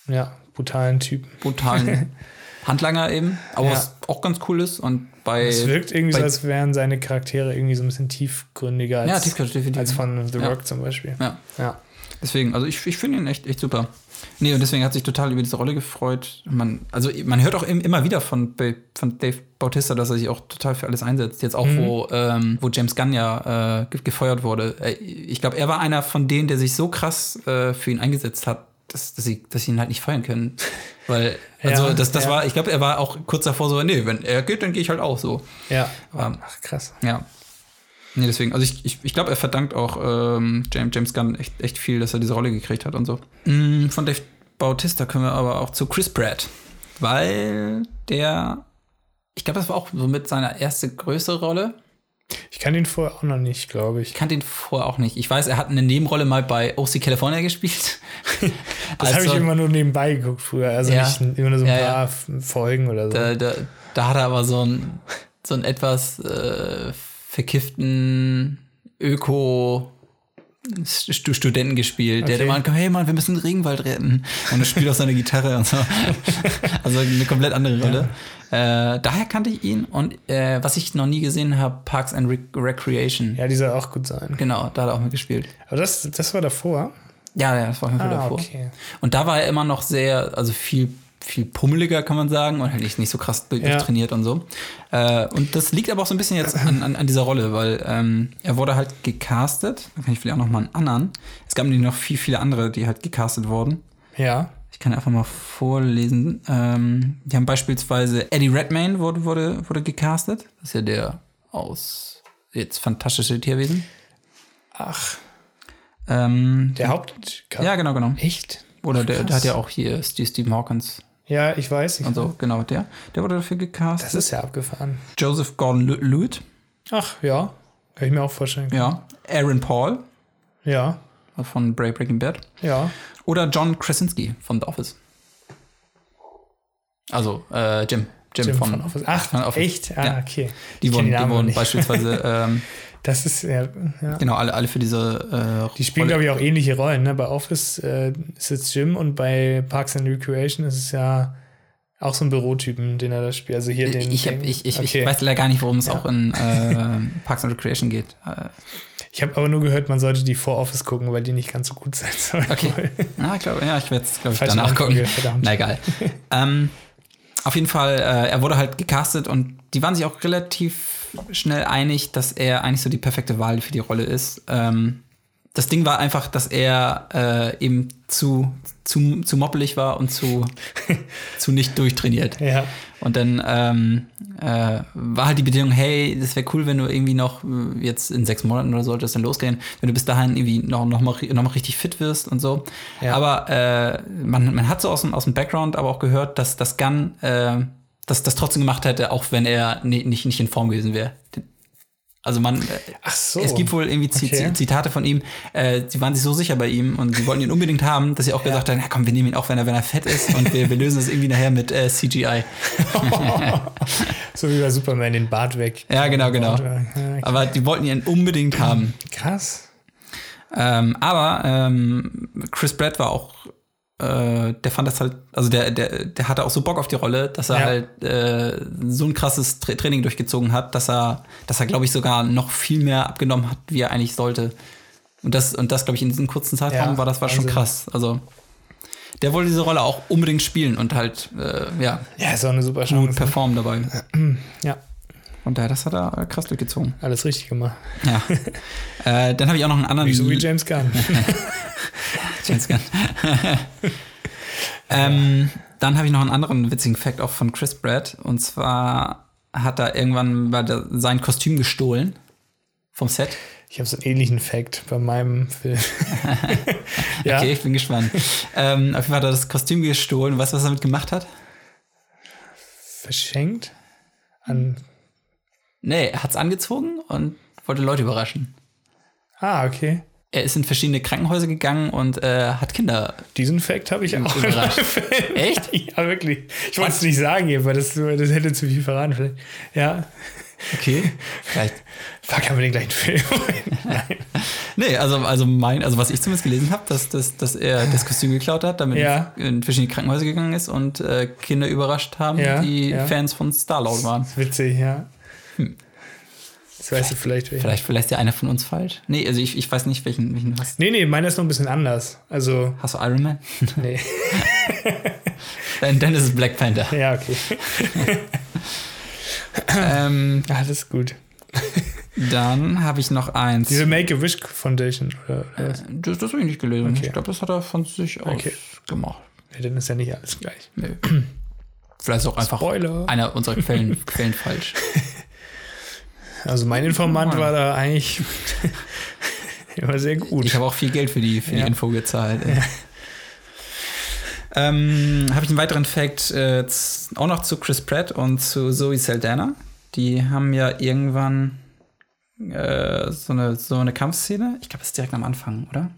ja, brutalen Typen. brutalen Handlanger eben. Aber Ja. was auch ganz cool ist. Und bei. Es wirkt irgendwie so, Äh, bei- als wären seine Charaktere irgendwie so ein bisschen tiefgründiger als, Ja, tiefgründig, definitiv. als von The Ja. Rock zum Beispiel. Ja. Ja. Deswegen, also ich, ich finde ihn echt, echt super. Nee, und deswegen hat sich total über diese Rolle gefreut. Man, also man hört auch im, immer wieder von, Ba- von Dave Bautista, dass er sich auch total für alles einsetzt. Jetzt auch, Mhm. wo, ähm, wo James Gunn ja äh, ge- gefeuert wurde. Äh, Ich glaube, er war einer von denen, der sich so krass äh, für ihn eingesetzt hat, dass, dass, sie, dass sie ihn halt nicht feuern können. Weil, also Ja, das, das ja. war, ich glaube, er war auch kurz davor so, nee, wenn er geht, dann gehe ich halt auch so. ja. Ähm, Ach, krass. Ja. Nee, deswegen, also ich, ich, ich glaube, er verdankt auch ähm, James, James Gunn echt, echt viel, dass er diese Rolle gekriegt hat und so. Mm, von Dave Bautista können wir aber auch zu Chris Pratt, weil der, ich glaube, das war auch somit seine erste größere Rolle. Ich kann ihn vorher auch noch nicht, glaube Ich ich. kannte ihn vorher auch nicht. Ich weiß, er hat eine Nebenrolle mal bei OC California gespielt. Also Das habe ich immer nur nebenbei geguckt früher. Also Ja. nicht immer nur so ein Ja, ja. paar F- Folgen oder so. Da, Äh, da, da hat er aber so einen, so einen etwas äh, verkifften Öko. Stu- Studenten gespielt, der Okay. hat immer angekommen, hey Mann, wir müssen den Regenwald retten. Und er spielt auch seine Gitarre und so. Also eine komplett andere Rolle. Äh, daher kannte ich ihn und äh, was ich noch nie gesehen habe, Parks and Rec Recreation. Ja, die soll auch gut sein. Genau, da hat er auch mitgespielt. Aber das, das war davor. Ja, ja, das war mir ah, davor. okay. Und da war er immer noch sehr, also viel, viel pummeliger, kann man sagen, und halt nicht, nicht so krass Ja. trainiert und so. Äh, und das liegt aber auch so ein bisschen jetzt an, an, an dieser Rolle, weil ähm, er wurde halt gecastet. Da kann ich vielleicht auch nochmal einen anderen. Es gab nämlich noch viel, viele andere, die halt gecastet wurden. Ja. Ich kann einfach mal vorlesen. Ähm, die haben beispielsweise Eddie Redmayne wurde, wurde, wurde gecastet. Das ist ja der aus jetzt fantastische Tierwesen. Ach, Ähm, der Haupt. ja, genau, genau. Echt? Oder der, der krass. hat ja auch hier Steve Stephen Hawkins Ja, ich weiß. Ich, Und so, genau, der. Der wurde dafür Das gecastet. ist ja abgefahren. Joseph Gordon Lewitt, Ach, ja. Kann ich mir auch vorstellen. ja. Aaron Paul Ja. von Bra- Breaking Bad. Ja. Oder John Krasinski von The Office. Also, äh, Jim. Jim, Jim von, von Office. Ach, von Office. echt? Ah, Ja. okay. Die Ich wurden, kenn die Namen wurden nicht. beispielsweise, ähm, Das ist ja. ja. genau, alle, alle für diese. Äh, Die spielen, glaube ich, auch ähnliche Rollen. Ne? Bei Office äh, ist es Jim und bei Parks and Recreation ist es ja Auch so ein Bürotypen, den er da spielt. Also hier den. Ich, hab, den- ich, ich, okay. ich weiß leider gar nicht, worum es auch in äh, Parks and Recreation geht. Äh, Ich habe aber nur gehört, man sollte die vor Office gucken, weil die nicht ganz so gut sein sollen. Okay. Na, ich glaube, ja, ich werde es, glaube ich, Falsche danach gucken. Reihenfolge, verdammt. Na egal. ähm, auf jeden Fall, äh, er wurde halt gecastet und die waren sich auch relativ schnell einig, dass er eigentlich so die perfekte Wahl für die Rolle ist. Ähm, das Ding war einfach, dass er äh, eben zu, zu, zu moppelig war und zu, zu nicht durchtrainiert. Ja. Und dann ähm, äh, war halt die Bedingung, hey, das wäre cool, wenn du irgendwie noch äh, jetzt in sechs Monaten oder so sollte das dann losgehen, wenn du bis dahin irgendwie noch, noch, mal, ri- noch mal richtig fit wirst und so. Ja. Aber äh, man, man hat so aus dem, aus dem Background aber auch gehört, dass das Gun äh, das, das trotzdem gemacht hätte, auch wenn er ni- nicht, nicht in Form gewesen wäre. Also man, äh, Ach so. es gibt wohl irgendwie Zi Okay. Zi- Zitate von ihm. Äh, sie waren sich so sicher bei ihm und sie wollten ihn unbedingt haben, dass sie auch gesagt haben, na komm, wir nehmen ihn auch, wenn er, wenn er fett ist und wir, wir lösen das irgendwie nachher mit äh, CGI. so wie bei Superman den Bart weg. Ja, genau, genau. Ja, Aber die wollten ihn unbedingt haben. Krass. Ähm, aber ähm, Chris Pratt war auch, äh, der fand das halt, also der, der, der hatte auch so Bock auf die Rolle, dass er Ja. halt äh, so ein krasses Tra Training durchgezogen hat, dass er, dass er, glaube ich, sogar noch viel mehr abgenommen hat, wie er eigentlich sollte. Und das, und das, glaube ich, in diesem kurzen Zeitraum Ja, war das war schon Wahnsinn. krass. Also der wollte diese Rolle auch unbedingt spielen und halt äh, ja Ja, ist auch eine super gut Chance. performen dabei. Ja, Und daher, das hat er äh, krass durchgezogen. alles richtig gemacht. Ja. äh, dann habe ich auch noch einen anderen Nicht so wie James Gunn. James Gunn. ähm, dann habe ich noch einen anderen witzigen Fact auch von Chris Pratt. Und zwar hat er irgendwann bei der, sein Kostüm gestohlen vom Set. Ich habe so einen ähnlichen Fact bei meinem Film. ja, Okay, ich bin gespannt. ähm, auf jeden Fall hat er das Kostüm gestohlen. Und Weißt du, was er damit gemacht hat? verschenkt an. Nee, er hat es angezogen und wollte Leute überraschen. Ah, okay. Er ist in verschiedene Krankenhäuser gegangen und äh, hat Kinder Diesen Fact habe ich auch in meinem überrascht. Film. Echt? Ja, wirklich. Ich wollte es nicht sagen hier, weil das, das hätte zu viel verraten. Vielleicht. Ja. Okay. Vielleicht. Fuck, haben wir den gleichen Film? Nee, also, also mein, also was ich zumindest gelesen habe, dass, dass, dass er das Kostüm geklaut hat, damit Ja. er in verschiedene Krankenhäuser gegangen ist und äh, Kinder überrascht haben, Ja, die ja. Fans von Starlord waren. Witzig, ja. Das weißt du vielleicht. wer. Hm. Vielleicht, vielleicht ist ja einer von uns falsch. Nee, also ich, ich weiß nicht, welchen, welchen hast, Nee, nee, meiner ist noch ein bisschen anders. Also, hast du Iron Man? Äh, nee. Dann, dann ist es Black Panther. ja, okay. ähm, Alles gut. dann habe ich noch eins. Äh, Diese Make-A-Wish Foundation, oder, oder was? das das habe ich nicht gelesen. Okay. Ich glaube, das hat er von sich aus Okay. gemacht. Ja, dann ist ja nicht alles gleich. Nee. Vielleicht ist auch einfach Spoiler. einer unserer Quellen, Quellen falsch. Also mein Informant Mann. war da eigentlich immer sehr Ich gut. habe auch viel Geld für die, für Ja. die Info gezahlt. ey. Ähm, habe ich einen weiteren Fact äh, z- auch noch zu Chris Pratt und zu Zoe Saldana. Die haben ja irgendwann äh, so, eine, so eine Kampfszene. Ich glaube, das ist direkt am Anfang, oder?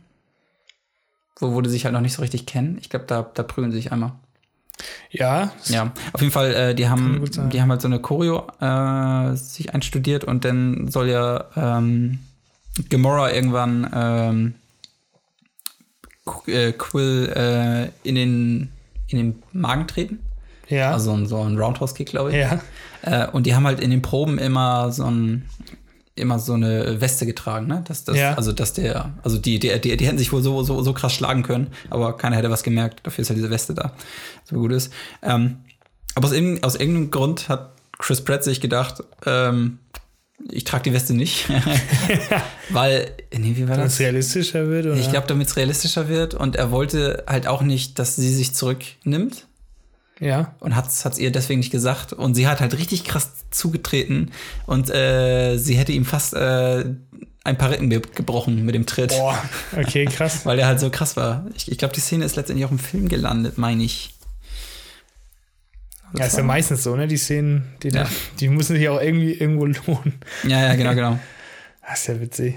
Wo, wo die sich halt noch nicht so richtig kennen. Ich glaube, da, da prügeln sie sich einmal. Ja, Ja, auf jeden Fall, äh, die haben, gut sein. die haben halt so eine Choreo äh, sich einstudiert und dann soll ja ähm, Gamora irgendwann ähm, Qu- äh, Quill äh, in den in den Magen treten. ja, Also ein- so ein Roundhouse-Kick, glaube ich. ja. Äh, und die haben halt in den Proben immer so ein immer so eine Weste getragen, ne? Dass das, Ja. also dass der, also die, die, die, die hätten sich wohl so, so, so krass schlagen können, aber keiner hätte was gemerkt, dafür ist ja diese Weste da, so gut ist. Ähm, aber aus, irgendein, aus irgendeinem Grund hat Chris Pratt sich gedacht, ähm, ich trage die Weste nicht. Weil, nee, wie war Wenn das? es realistischer wird, oder? Ich glaube, damit es realistischer wird und er wollte halt auch nicht, dass sie sich zurücknimmt ja. und hat's hat's ihr deswegen nicht gesagt und sie hat halt richtig krass zugetreten und äh, sie hätte ihm fast äh, ein paar Rippen ge gebrochen mit dem Tritt, Boah, okay, krass. weil er halt so krass war. Ich, ich glaube, die Szene ist letztendlich auch im Film gelandet, meine ich. Ja, ist ja meistens so, ne? Die Szenen, die, da, Ja. die müssen sich auch irgendwie irgendwo lohnen. Ja, ja, genau, genau. Das ist ja witzig.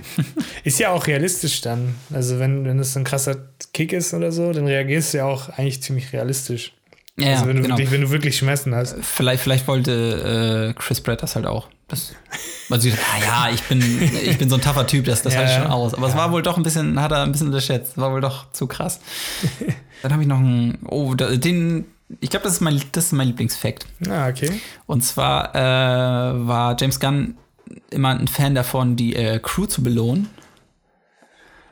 ist ja auch realistisch dann. Also, wenn, wenn das so ein krasser Kick ist oder so, dann reagierst du ja auch eigentlich ziemlich realistisch. Ja, ja, also, wenn du, genau. wirklich, wenn du wirklich Schmerzen hast. Vielleicht, vielleicht wollte äh, Chris Pratt das halt auch. Das, also, ja, ja, ich bin, ich bin so ein taffer Typ, das, das Ja, halte ich schon ja. aus. Aber es war wohl doch ein bisschen, hat er ein bisschen unterschätzt. War wohl doch zu krass. Dann habe ich noch einen, oh, da, den, ich glaube, das ist mein, das ist mein Lieblingsfakt. Ah, okay. Und zwar äh, war James Gunn immer ein Fan davon, die äh, Crew zu belohnen.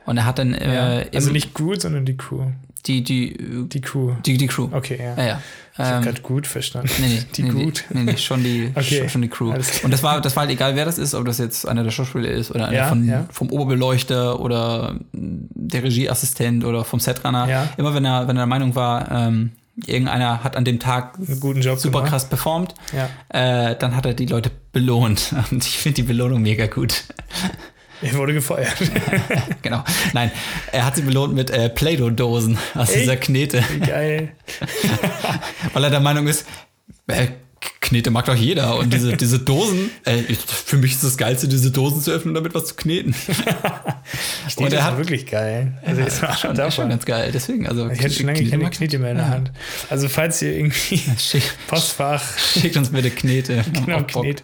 Und er hat dann äh, Ja. Also im- nicht Groot, sondern die Crew. die, die, Die Crew. die, die Crew. Okay, ja. Ja, ja. Ich hab Ähm, grad gut verstanden. Nee, nee, Die nee, Groot. Nee, nee, schon die, Okay. schon- schon die Crew. Alles klar. Und das war, das war halt egal, wer das ist, ob das jetzt einer der Schauspieler ist oder einer Ja, von, ja. vom Oberbeleuchter oder der Regieassistent oder vom Setrunner. Ja. Immer wenn er, wenn er der Meinung war, ähm, irgendeiner hat an dem Tag Einen guten Job super gemacht. krass performt, Ja. äh, dann hat er die Leute belohnt. Und ich finde die Belohnung mega gut. Er wurde gefeuert. genau. Nein, er hat sie belohnt mit äh, Play-Doh-Dosen aus Ey. dieser Knete, Wie geil. weil er der Meinung ist, äh, Knete mag doch jeder und diese, diese Dosen, äh, ich, für mich ist das Geilste, diese Dosen zu öffnen, damit was zu kneten. Ich Und und er er hat- wirklich geil. Also ist mal schon, ist schon davon. ganz geil. Deswegen, also Ich hätte schon lange Knete keine mag- Knete mehr in der Hand. Also falls ihr irgendwie Schick, Postfach, schickt uns bitte Knete. Wir haben genau, auch Oh, Bock. Knete,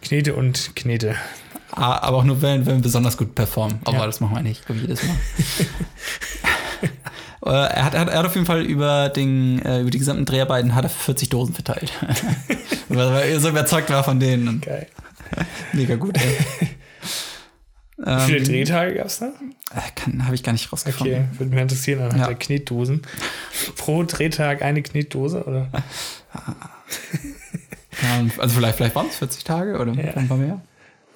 Knete und Knete. Ah, Aber auch nur, wenn, wenn wir besonders gut performen. Aber Ja. das machen wir nicht, glaube ich, jedes Mal. Äh, er, hat, er hat- er hat auf jeden Fall über, den, äh, über die gesamten Dreharbeiten hat er 40 Dosen verteilt. Weil er so überzeugt war von denen. Und Geil. Mega gut, ey. Wie viele ähm, Drehtage gab es da? Habe ich gar nicht rausgefunden. Okay, würde mich interessieren anhand Ja. der Knetdosen. Pro Drehtag eine Knetdose, oder? Ähm, also vielleicht, vielleicht waren es 40 Tage oder Ja. ein paar mehr.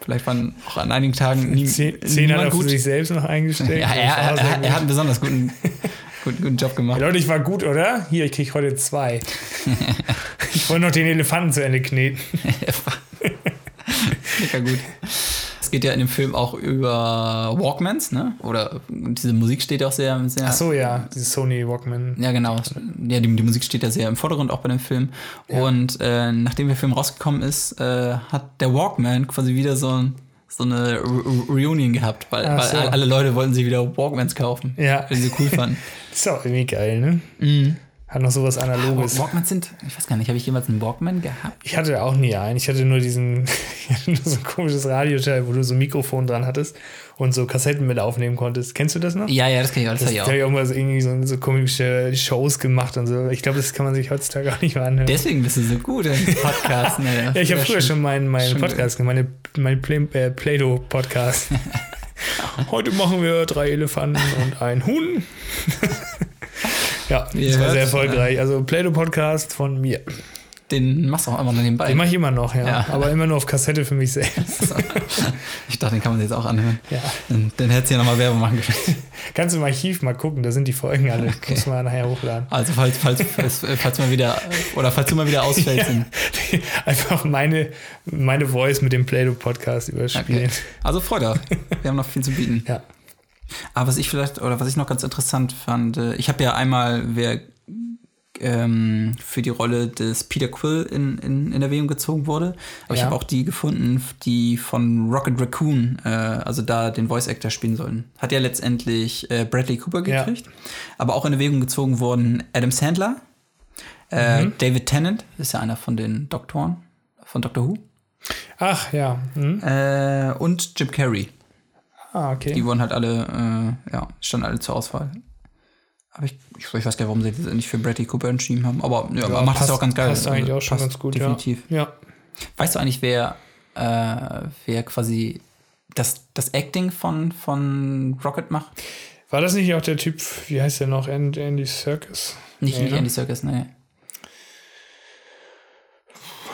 Vielleicht waren auch an einigen Tagen nie, Zehn, zehn hat niemand er für gut. sich selbst noch Ja, eingestellt. er, Das war er, sehr er, gut. er hat einen besonders guten, guten, guten Job Ja, gemacht. Leute, ich war gut, oder? Hier, ich krieg heute zwei. ich wollte noch den Elefanten zu Ende kneten. Mega gut. Es geht ja in dem Film auch über Walkmans, ne? Oder diese Musik steht ja auch sehr, sehr. Ach so, ja, dieses Sony Walkman. Ja, genau. Ja, die, die Musik steht ja sehr im Vordergrund auch bei dem Film. Und äh, nachdem der Film rausgekommen ist, äh, hat der Walkman quasi wieder so, ein, so eine Re- Re- Reunion gehabt, weil, Ach weil so. alle Leute wollten sich wieder Walkmans kaufen, Ja, weil sie sie cool fanden. ist auch irgendwie geil, ne? Mhm. Hat noch sowas Analoges. Walkmans sind, ich weiß gar nicht, habe ich jemals einen Walkman gehabt? Ich hatte auch nie einen. Ich hatte nur diesen, ich hatte nur so ein komisches Radioteil, wo du so ein Mikrofon dran hattest und so Kassetten mit aufnehmen konntest. Kennst du das noch? Ja, ja, das kann ich alles Das ja ja. auch. habe ich auch mal so irgendwie so, so komische Shows gemacht und so. Ich glaube, das kann man sich heutzutage auch nicht mehr anhören. Deswegen bist du so gut im Podcast. Ne? ja, ich habe früher schon meinen meinen schon Podcast gemacht, meine, meinen Play, äh, Play-Doh-Podcast. Heute machen wir drei Elefanten und ein Huhn. ja, Ihr das war sehr hört's, erfolgreich. Also Play-Doh-Podcast von mir. Den machst du auch immer noch nebenbei. Den mache ich immer noch, ja. Ja. Aber immer nur auf Kassette für mich selbst. Ich dachte, den kann man sich jetzt auch anhören. Ja. Dann, dann hättest du ja nochmal Werbung machen können. Kannst du im Archiv mal gucken, da sind die Folgen alle. Okay. Muss man nachher hochladen. Also falls, falls, falls, falls mal wieder oder falls du mal wieder ausfällst, dann- Einfach meine, meine Voice mit dem Play-Doh-Podcast okay. überspielen. Also freut euch. Wir haben noch viel zu bieten. Ja. Aber Ah, was ich vielleicht, oder was ich noch ganz interessant fand, äh, ich habe ja einmal, wer ähm, für die Rolle des Peter Quill in, in, in Erwägung gezogen wurde, aber ich Ja. habe auch die gefunden, die von Rocket Raccoon, äh, also da den Voice Actor spielen sollen. Hat ja letztendlich äh, Bradley Cooper Ja. gekriegt, aber auch in Erwägung gezogen wurden Adam Sandler, äh, Mhm. David Tennant, ist ja einer von den Doktoren, von Doctor Who, Ach ja. Hm. äh, und Jim Carrey. Ah, okay. Die wurden halt alle, äh, ja, standen alle zur Auswahl. Aber ich, ich weiß gar nicht, warum sie das nicht für Bradley Cooper entschieden haben. Aber ja, man macht das auch ganz geil. Passt eigentlich Also, auch schon passt ganz gut, Definitiv. ja. Ja. Weißt du eigentlich, wer, äh, wer quasi das, das Acting von, von Rocket macht? War das nicht auch der Typ, wie heißt der noch, And- Andy Circus? Nicht, Nee, nicht ne? Andy Serkis, ne.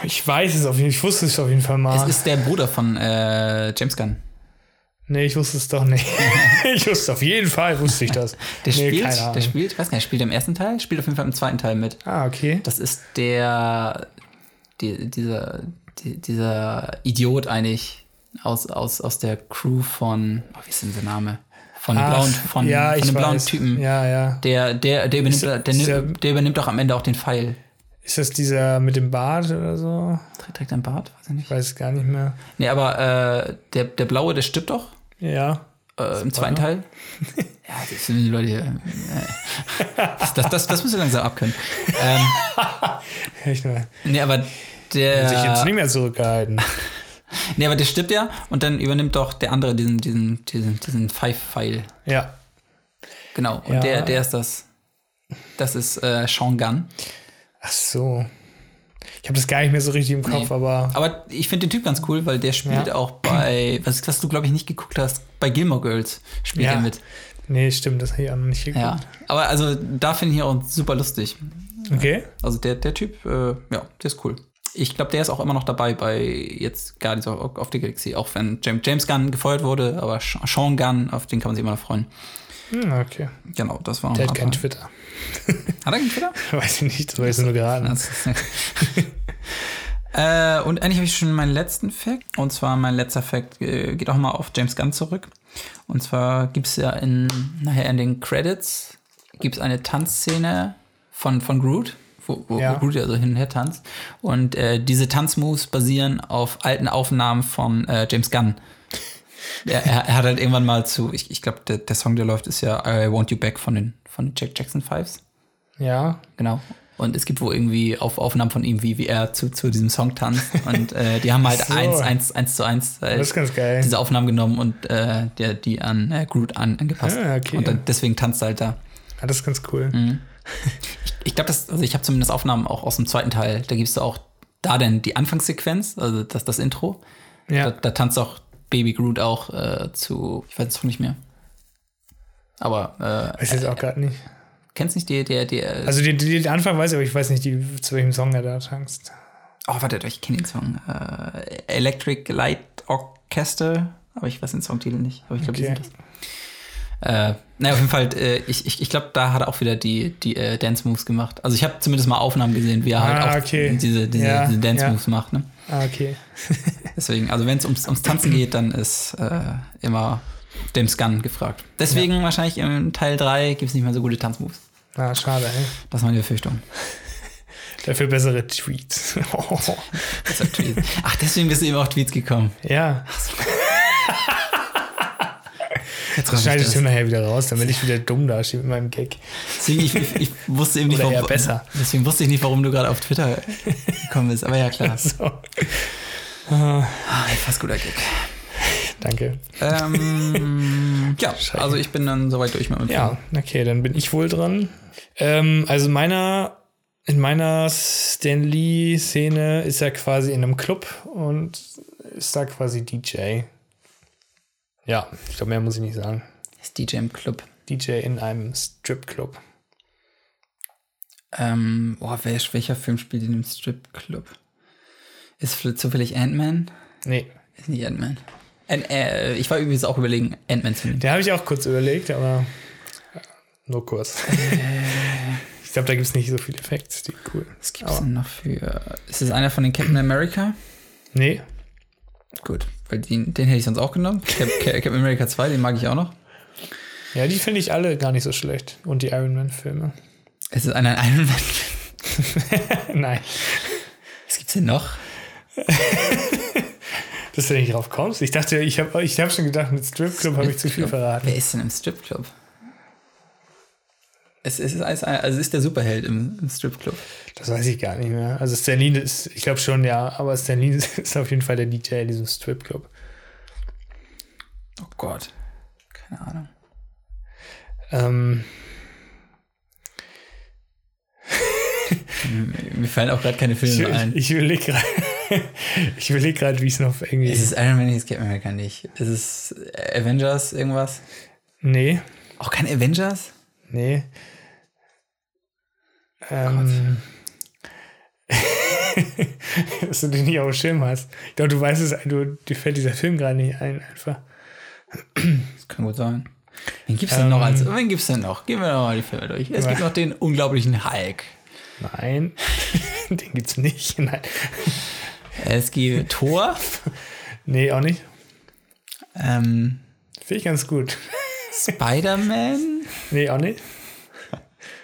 Ich weiß es auf jeden Fall, ich wusste es auf jeden Fall mal. Es ist der Bruder von äh, James Gunn. nee, ich wusste es doch nicht. ich wusste auf jeden Fall, wusste ich das. Der nee, keine spielt, Ahnung. der spielt, ich weiß gar nicht, spielt er im ersten Teil? Spielt auf jeden Fall im zweiten Teil mit. ah, okay. Das ist der, die, dieser, die, dieser Idiot eigentlich aus, aus, aus der Crew von, oh, wie ist denn der Name? Von dem Ach, blauen, von, ja, von ich dem blauen weiß. Typen. Ja, ja. Der, der, der, übernimmt, Ist er- der, ist er- nimmt- der übernimmt auch am Ende auch den Pfeil. Ist das dieser mit dem Bart oder so? Trägt trägt er einen Bart? Weiß ich Ich nicht. weiß es gar nicht mehr. Nee, aber äh, der, der Blaue, der stirbt doch Ja. äh, im zweiten Teil. ja, das sind die Leute hier. äh, Das, das, das, das müsst ihr langsam abkönnen. Ähm, Ich mehr. nee, aber Hat der. sich jetzt nicht mehr zurückgehalten. Nee, aber der stirbt ja und dann übernimmt doch der andere diesen, diesen, diesen, diesen Pfeif-Pfeil. ja. Genau. Und Ja. der, der ist das. Das ist äh, Sean Gunn. Ach so. Ich habe das gar nicht mehr so richtig im Kopf, Nee. aber Aber ich finde den Typ ganz cool, weil der spielt Ja. auch bei, was, was du glaube ich nicht geguckt hast, bei Gilmore Girls spielt Ja. er mit. nee, stimmt, das habe ich auch noch nicht geguckt. Ja. Aber also da finde ich ihn auch super lustig. Okay. Also der, der Typ, äh, ja, der ist cool. Ich glaube, der ist auch immer noch dabei bei jetzt Guardians of, of the Galaxy, auch wenn James, James Gunn gefeuert wurde, aber Sh- Sean Gunn, auf den kann man sich immer noch freuen. Hm, okay. Genau, das war noch Der hat mal- kein Twitter. Hat er keinen Twitter? Weiß ich nicht, das weiß ich nur geraten. Das ist- äh, und eigentlich habe ich schon meinen letzten Fact. Und zwar mein letzter Fact äh, geht auch mal auf James Gunn zurück. Und zwar gibt es ja in, nachher in den Credits gibt's eine Tanzszene von, von Groot, wo, wo, Ja. wo Groot ja so hin und her tanzt. Und äh, diese Tanzmoves basieren auf alten Aufnahmen von äh, James Gunn. Er, er, er hat halt irgendwann mal zu, ich, ich glaube, der, der Song, der läuft, ist ja äh, I Want You Back von den, von den Jack Jackson Fives. Ja. Genau. Und es gibt wohl irgendwie auf Aufnahmen von ihm, wie, wie er zu, zu diesem Song tanzt. Und äh, die haben halt So. eins, eins, eins zu eins äh, Das ist ganz geil. diese Aufnahmen genommen und äh, der, die an äh, Groot an, angepasst. Ah, okay. Und dann, deswegen tanzt er halt da. Ah, das ist ganz cool. Mhm. Ich glaube, das, also ich habe zumindest Aufnahmen auch aus dem zweiten Teil. Da gibst du auch da dann die Anfangssequenz, also das, das Intro. Da, Ja. da tanzt auch Baby Groot auch äh, zu, ich weiß es auch nicht mehr. Aber äh, Weiß jetzt auch gerade nicht. kennst nicht die, äh, der, der, Also den, den Anfang weiß ich, aber ich weiß nicht, die, zu welchem Song er da tanzt. Oh, warte, ich kenne den Song. Äh, Electric Light Orchestra, aber ich weiß den Songtitel nicht. Aber ich glaube, Okay. die sind das. Äh, naja, auf jeden Fall, äh, ich, ich, ich glaube, da hat er auch wieder die, die äh, Dance-Moves gemacht. Also ich habe zumindest mal Aufnahmen gesehen, wie er Ah, halt auch okay. diese, diese, Ja, diese Dance-Moves macht. Ne? Ah, okay. Deswegen, also wenn es ums, ums Tanzen geht, dann ist äh, immer James Gunn gefragt. Deswegen wahrscheinlich im Teil 3 gibt es nicht mehr so gute Tanzmoves. Ah, schade, ey. Das war meine Befürchtung. Dafür bessere Tweets. Das war Tweets. Ach, deswegen bist du eben auf Tweets gekommen. ja. Jetzt Das schneide ich das. dir nachher wieder raus, damit ich wieder dumm dastehe mit meinem Gag. Deswegen, ich, ich, ich wusste eben nicht, Oder eher warum, besser. Deswegen wusste ich nicht, warum du gerade auf Twitter gekommen bist. Aber ja, klar. So. Ah, fast guter Gag. Danke. Ähm, ja, Scheiße. also ich bin dann soweit durch mit meinem Ja, okay, dann bin ich wohl dran. Ähm, also meiner, in meiner Stan Lee-Szene ist er quasi in einem Club und ist da quasi DJ. Ja, ich glaube, mehr muss ich nicht sagen. Das DJ im Club. DJ in einem Stripclub. Ähm, boah, wel, welcher Film spielt in dem Stripclub? Ist vielleicht zufällig Ant-Man? Nee, Ist nicht Ant-Man. Ant äh, ich war übrigens auch überlegen, Ant-Man zu nehmen. den habe ich auch kurz überlegt, aber nur kurz. ich glaube, da gibt es nicht so viele Facts, die cool. Was gibt's denn noch für. Ist es einer von den Captain America? Nee, Gut, weil den, den hätte ich sonst auch genommen. Cap, Cap, Captain America 2, den mag ich auch noch. ja, die finde ich alle gar nicht so schlecht. Und die Iron Man-Filme. Ist es einer in Iron Man? Nein, Was gibt's denn noch? dass du nicht drauf kommst. Ich dachte, ich habe ich hab schon gedacht, mit Stripclub habe ich zu viel Stripclub. verraten. Wer ist denn im Stripclub? Es, es ist alles, also es ist der Superheld im, im Stripclub. Das weiß ich gar nicht mehr. Also Stanley ist, ich glaube schon, ja, aber Stanley ist auf jeden Fall der DJ in diesem Stripclub. Oh Gott. Keine Ahnung. Ähm, Mir, mir fallen auch gerade keine ich Filme ein. ich überlege gerade, ich überlege gerade, wie es noch irgendwie. Ist es Iron Man, nicht, es Captain America nicht. Ist es äh, Avengers, irgendwas? nee, Auch kein Avengers? nee. Ähm, dass du den nicht auf dem Schirm hast. Ich glaube, du weißt es, du, dir fällt dieser Film gerade nicht ein, einfach. Das kann gut sein. Wen gibt's denn Ähm. noch als. Wen gibt's denn noch? Gehen wir noch mal die Filme durch. Es gibt noch den unglaublichen Hulk. Nein, den gibt's nicht. Nein. Es gibt Thor. Nee, auch nicht. Ähm, Finde ich ganz gut. Spider-Man. Nee, auch nicht.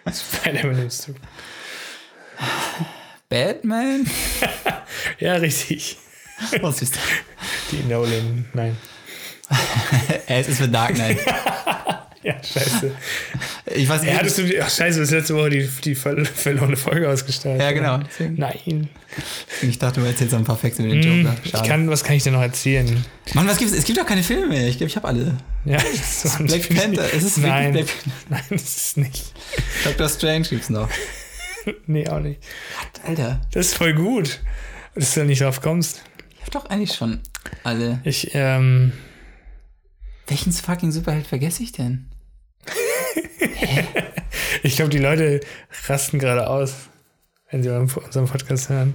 Spider-Man im Strip. Batman. Ja, richtig. Oh, süß. Die Nolan. Nein. Äh, Es ist mit Dark Knight. Ja, scheiße. Ich weiß Ja, nicht. hattest du die, ach, scheiße, du hast letzte Woche die, die ver verlorene Folge ausgestrahlt. Ja, genau. Deswegen. Nein. Ich dachte, du erzählst ein paar Facts über den Hm, Joker. ich Schade. kann, was kann ich denn noch erzählen? Mann, was gibt's? Es gibt doch keine Filme mehr. Ich glaube, ich habe alle. Ja, das war Black natürlich- Panther. Es ist wirklich Nein. Black Panther. Nein, das ist nicht. Doctor Strange gibt's noch. nee, auch nicht. Alter, Das ist voll gut, dass du da nicht drauf kommst. ich hab doch eigentlich schon alle. Ich, ähm, Welchen fucking Superheld vergesse ich denn? ich glaube, die Leute rasten gerade aus, wenn sie unseren Podcast hören.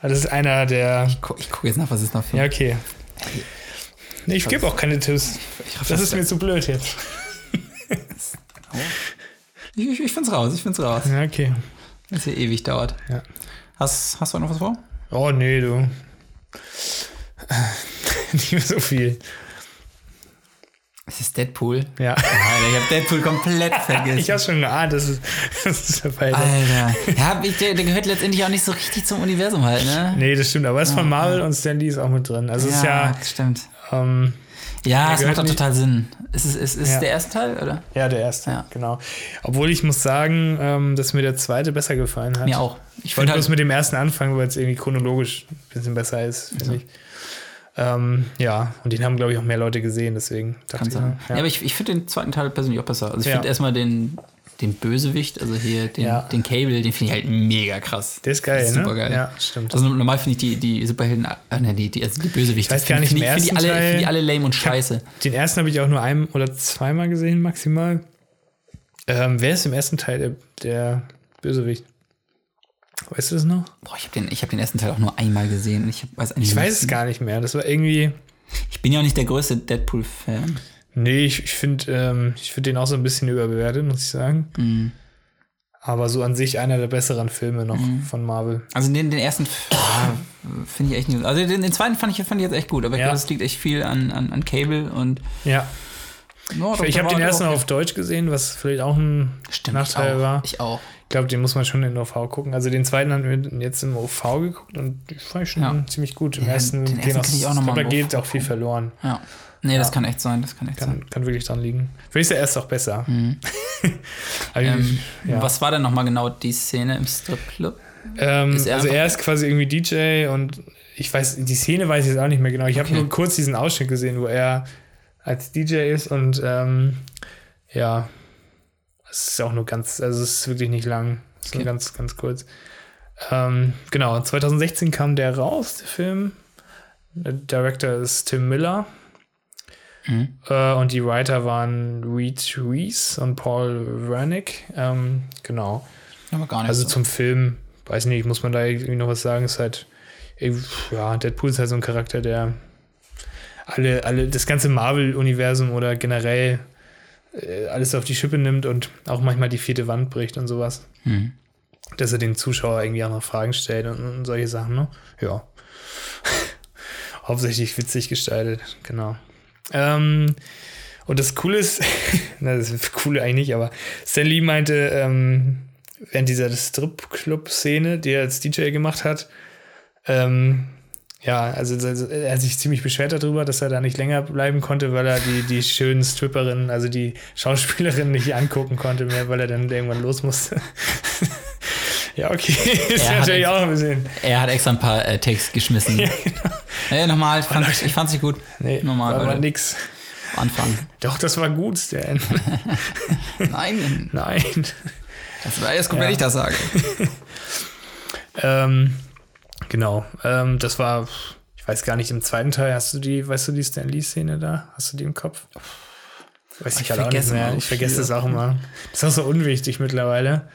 Aber Das ist einer der. Ich guck, ich guck jetzt nach, was es noch für. Ja, okay. Nee, Ich gebe auch keine Tipps. ich raff Das ist mir zu blöd jetzt. Ich, ich, ich find's raus, ich find's raus. Ja, okay. Dass hier ewig dauert. Ja. Hast, hast du noch was vor? Oh, nee, du. Nicht mehr so viel. Es ist Deadpool. Ja. Alter, ich hab Deadpool komplett Ich vergessen. habe schon geahnt, dass es, dass es dabei ist. Alter. Ja, ich, der, der gehört letztendlich auch nicht so richtig zum Universum halt, ne? Nee, das stimmt. Aber es ist von Marvel und Stan Lee ist auch mit drin. Also es ist ja, das stimmt. ähm, Ja, es macht gehört doch nicht- total Sinn. Ist es ist, ist Ja. der erste Teil, oder? ja der erste, Ja. genau. Obwohl ich muss sagen, ähm, dass mir der zweite besser gefallen hat. Mir auch. Ich Ich finde wollte bloß halt, mit dem ersten anfangen, weil es irgendwie chronologisch ein bisschen besser ist, finde ich. Ähm, ja, und den haben, glaube ich, auch mehr Leute gesehen, deswegen dachte kann ich sein. mir, Ja. Ja. aber ich, ich finde den zweiten Teil persönlich auch besser. Also ich Ja. finde erstmal den, den Bösewicht, also hier den, Ja. den Cable, den finde ich halt mega krass. Der ist geil, Das ist ne? supergeil. Ja, stimmt. Also normal finde ich die, die Superhelden, äh, ne, die, die, also die Bösewichte. Ich weiß gar nicht, finde im ich, find ersten ich, alle- find ich Teil- alle lame und scheiße. Den ersten habe ich auch nur ein oder zweimal gesehen, maximal. Ähm, wer ist im ersten Teil der, der Bösewicht? Weißt du das noch? Boah, ich habe den, ich hab den ersten Teil auch nur einmal gesehen. und Ich, hab, weiß eigentlich Ich nicht. weiß es gar nicht mehr. Das war irgendwie. ich bin ja auch nicht der größte Deadpool-Fan. Nee, ich, ich finde ähm, ich find den auch so ein bisschen überbewertet, muss ich sagen. Hm. Aber so an sich einer der besseren Filme noch von Marvel. Also den, den ersten f- finde ich echt nicht. Also den, den zweiten fand ich, fand ich jetzt echt gut, aber ich Ja. glaube, es liegt echt viel an, an, an Cable und. Ja. Ja, doch, Ich der habe den war- ersten der auch war- auf Deutsch gesehen, was vielleicht auch ein Stimmt, Nachteil ich auch, war. Ich auch. Ich glaube, den muss man schon in OV gucken. Also den zweiten haben wir jetzt im OV geguckt und ich fand ich schon Ja. ziemlich gut. Im Ja, ersten, den ersten gehen kann ich auch ich noch glaub, mal da im OV geht auch viel verloren. Ja. Nee, das kann echt sein, das kann echt sein. Kann, kann wirklich dran liegen. Vielleicht ist der erste auch besser. Aber Mhm. Ähm, ich- ja. Was war denn nochmal genau die Szene im Stripclub? Ähm, Ist er also einfach- er ist quasi irgendwie DJ und ich weiß, die Szene weiß ich jetzt auch nicht mehr genau. Ich habe Okay. nur kurz diesen Ausschnitt gesehen, wo er als DJ ist und ähm, ja, es ist auch nur ganz, also es ist wirklich nicht lang, es ist nur Okay. ganz, ganz kurz. Ähm, genau, 2016 kam der raus, der Film. Der Director ist Tim Miller. Mhm. Äh, und die Writer waren Reed Reese und Paul Wernick. Ähm, genau. Aber gar nicht. Also so. zum Film, weiß nicht, muss man da irgendwie noch was sagen? Ist halt, ey, pf, ja, Deadpool ist halt so ein Charakter, der alle, alle, das ganze Marvel-Universum oder generell äh, alles auf die Schippe nimmt und auch manchmal die vierte Wand bricht und sowas. Hm. Dass er den Zuschauer irgendwie auch noch Fragen stellt und, und solche Sachen, ne? Ja. Hauptsächlich witzig gestaltet, genau. Ähm, und das Coole ist, na, das ist cool eigentlich nicht, aber Stan Lee meinte, ähm, während dieser Strip-Club-Szene, die er als DJ gemacht hat, ähm, ja, also er hat sich ziemlich beschwert darüber, dass er da nicht länger bleiben konnte, weil er die, die schönen Stripperinnen, also die Schauspielerinnen nicht angucken konnte mehr, weil er dann irgendwann los musste. ja, okay, ist Er hat natürlich jetzt- auch ein bisschen. Er hat extra ein paar äh, Takes geschmissen. ja, genau. nochmal, ich Oh fand's, ich fand's nicht gut. Nee, Normal, war, war Leute. nix. Anfang. Doch, das war gut, Stan. Nein, Nein. das war erst gut, wenn ich das sage. Ähm, genau. Ähm, das war, ich weiß gar nicht, im zweiten Teil hast du die, weißt du die Stan Lee-Szene da? Hast du die im Kopf? Weiß ich, Ich halt auch nicht vergesse mehr. immer Ich so vergesse viel. Ah, das auch immer. Das ist auch so unwichtig mittlerweile.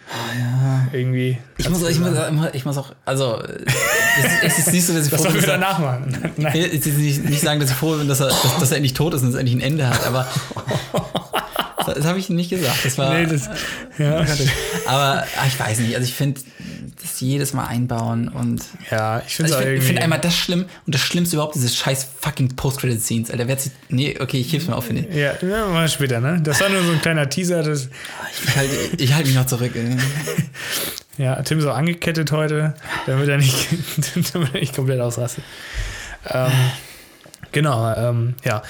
Irgendwie. Ich muss, ich, muss, ich muss- ich muss auch, also, äh, es ist, es ist nicht so, dass ich Das froh sollen bin, wir dass er, danach machen. ich will jetzt nicht, nicht sagen, dass ich froh bin, dass er, dass, dass er endlich tot ist und es endlich ein Ende hat, aber das, das habe ich nicht gesagt. Das war, Nee, das, ja. aber ah, ich weiß nicht, also ich finde, das jedes Mal einbauen und ja, ich finde also es auch ich finde irgendwie. find einmal das schlimm und das Schlimmste überhaupt, diese scheiß fucking Post-Credit-Scenes, Alter, wer hat sich, nee, okay, ich hilf's mir auf, finde ich. ja, ja, mal später, ne? Das war nur so ein kleiner Teaser. Das, Ich halte ich halt mich noch zurück. ey. Ja, Tim ist auch angekettet heute, damit er nicht, damit er nicht komplett ausrastet. Ähm, genau, ähm, ja.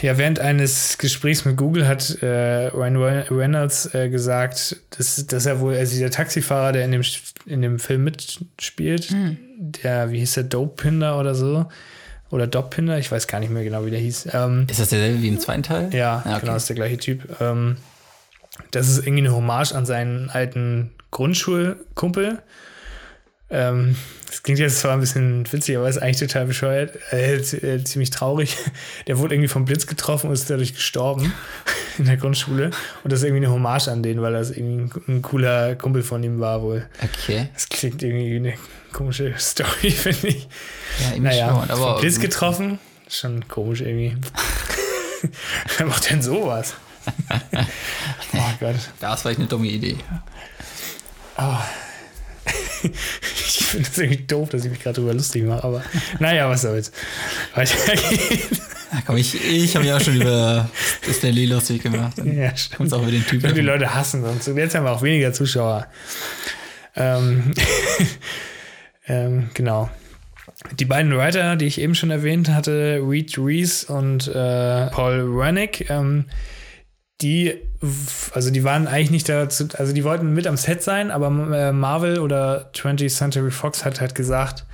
Ja, während eines Gesprächs mit Google hat äh, Ryan Re- Reynolds äh, gesagt, dass, dass er wohl, also dieser Taxifahrer, der in dem, Sch- in dem Film mitspielt, der, wie hieß der, Dopehinder oder so, oder Dopehinder, ich weiß gar nicht mehr genau, wie der hieß. Ähm, Ist das derselbe wie im zweiten Teil? Ah, ja, okay. genau, ist der gleiche Typ. Ähm, Das ist irgendwie eine Hommage an seinen alten Grundschulkumpel. Ähm, das klingt jetzt zwar ein bisschen witzig, aber ist eigentlich total bescheuert. Äh, z- äh, ziemlich traurig. Der wurde irgendwie vom Blitz getroffen und ist dadurch gestorben in der Grundschule. Und das ist irgendwie eine Hommage an den, weil das irgendwie ein, ein cooler Kumpel von ihm war wohl. Okay. Das klingt irgendwie wie eine komische Story, finde ich. Ja, eben Naja, schon. vom Aber Blitz getroffen, schon komisch irgendwie. Wer macht denn sowas? oh Gott. das war echt eine dumme Idee. Ich finde das irgendwie doof, dass ich mich gerade drüber lustig mache, aber naja, was soll's. Weiter geht's. Ja, Ah, komm, ich, ich habe ja auch schon über Stanley lustig gemacht. Dann Ja, stimmt. kommt's auch über den Und die Typen. Leute hassen uns. Und jetzt haben wir auch weniger Zuschauer. Ähm, ähm, genau. Die beiden Writer, die ich eben schon erwähnt hatte, Reed Rees und äh, Paul Wernick, ähm, die, w- also die waren eigentlich nicht dazu, also die wollten mit am Set sein, aber äh, Marvel oder 20th Century Fox hat halt gesagt,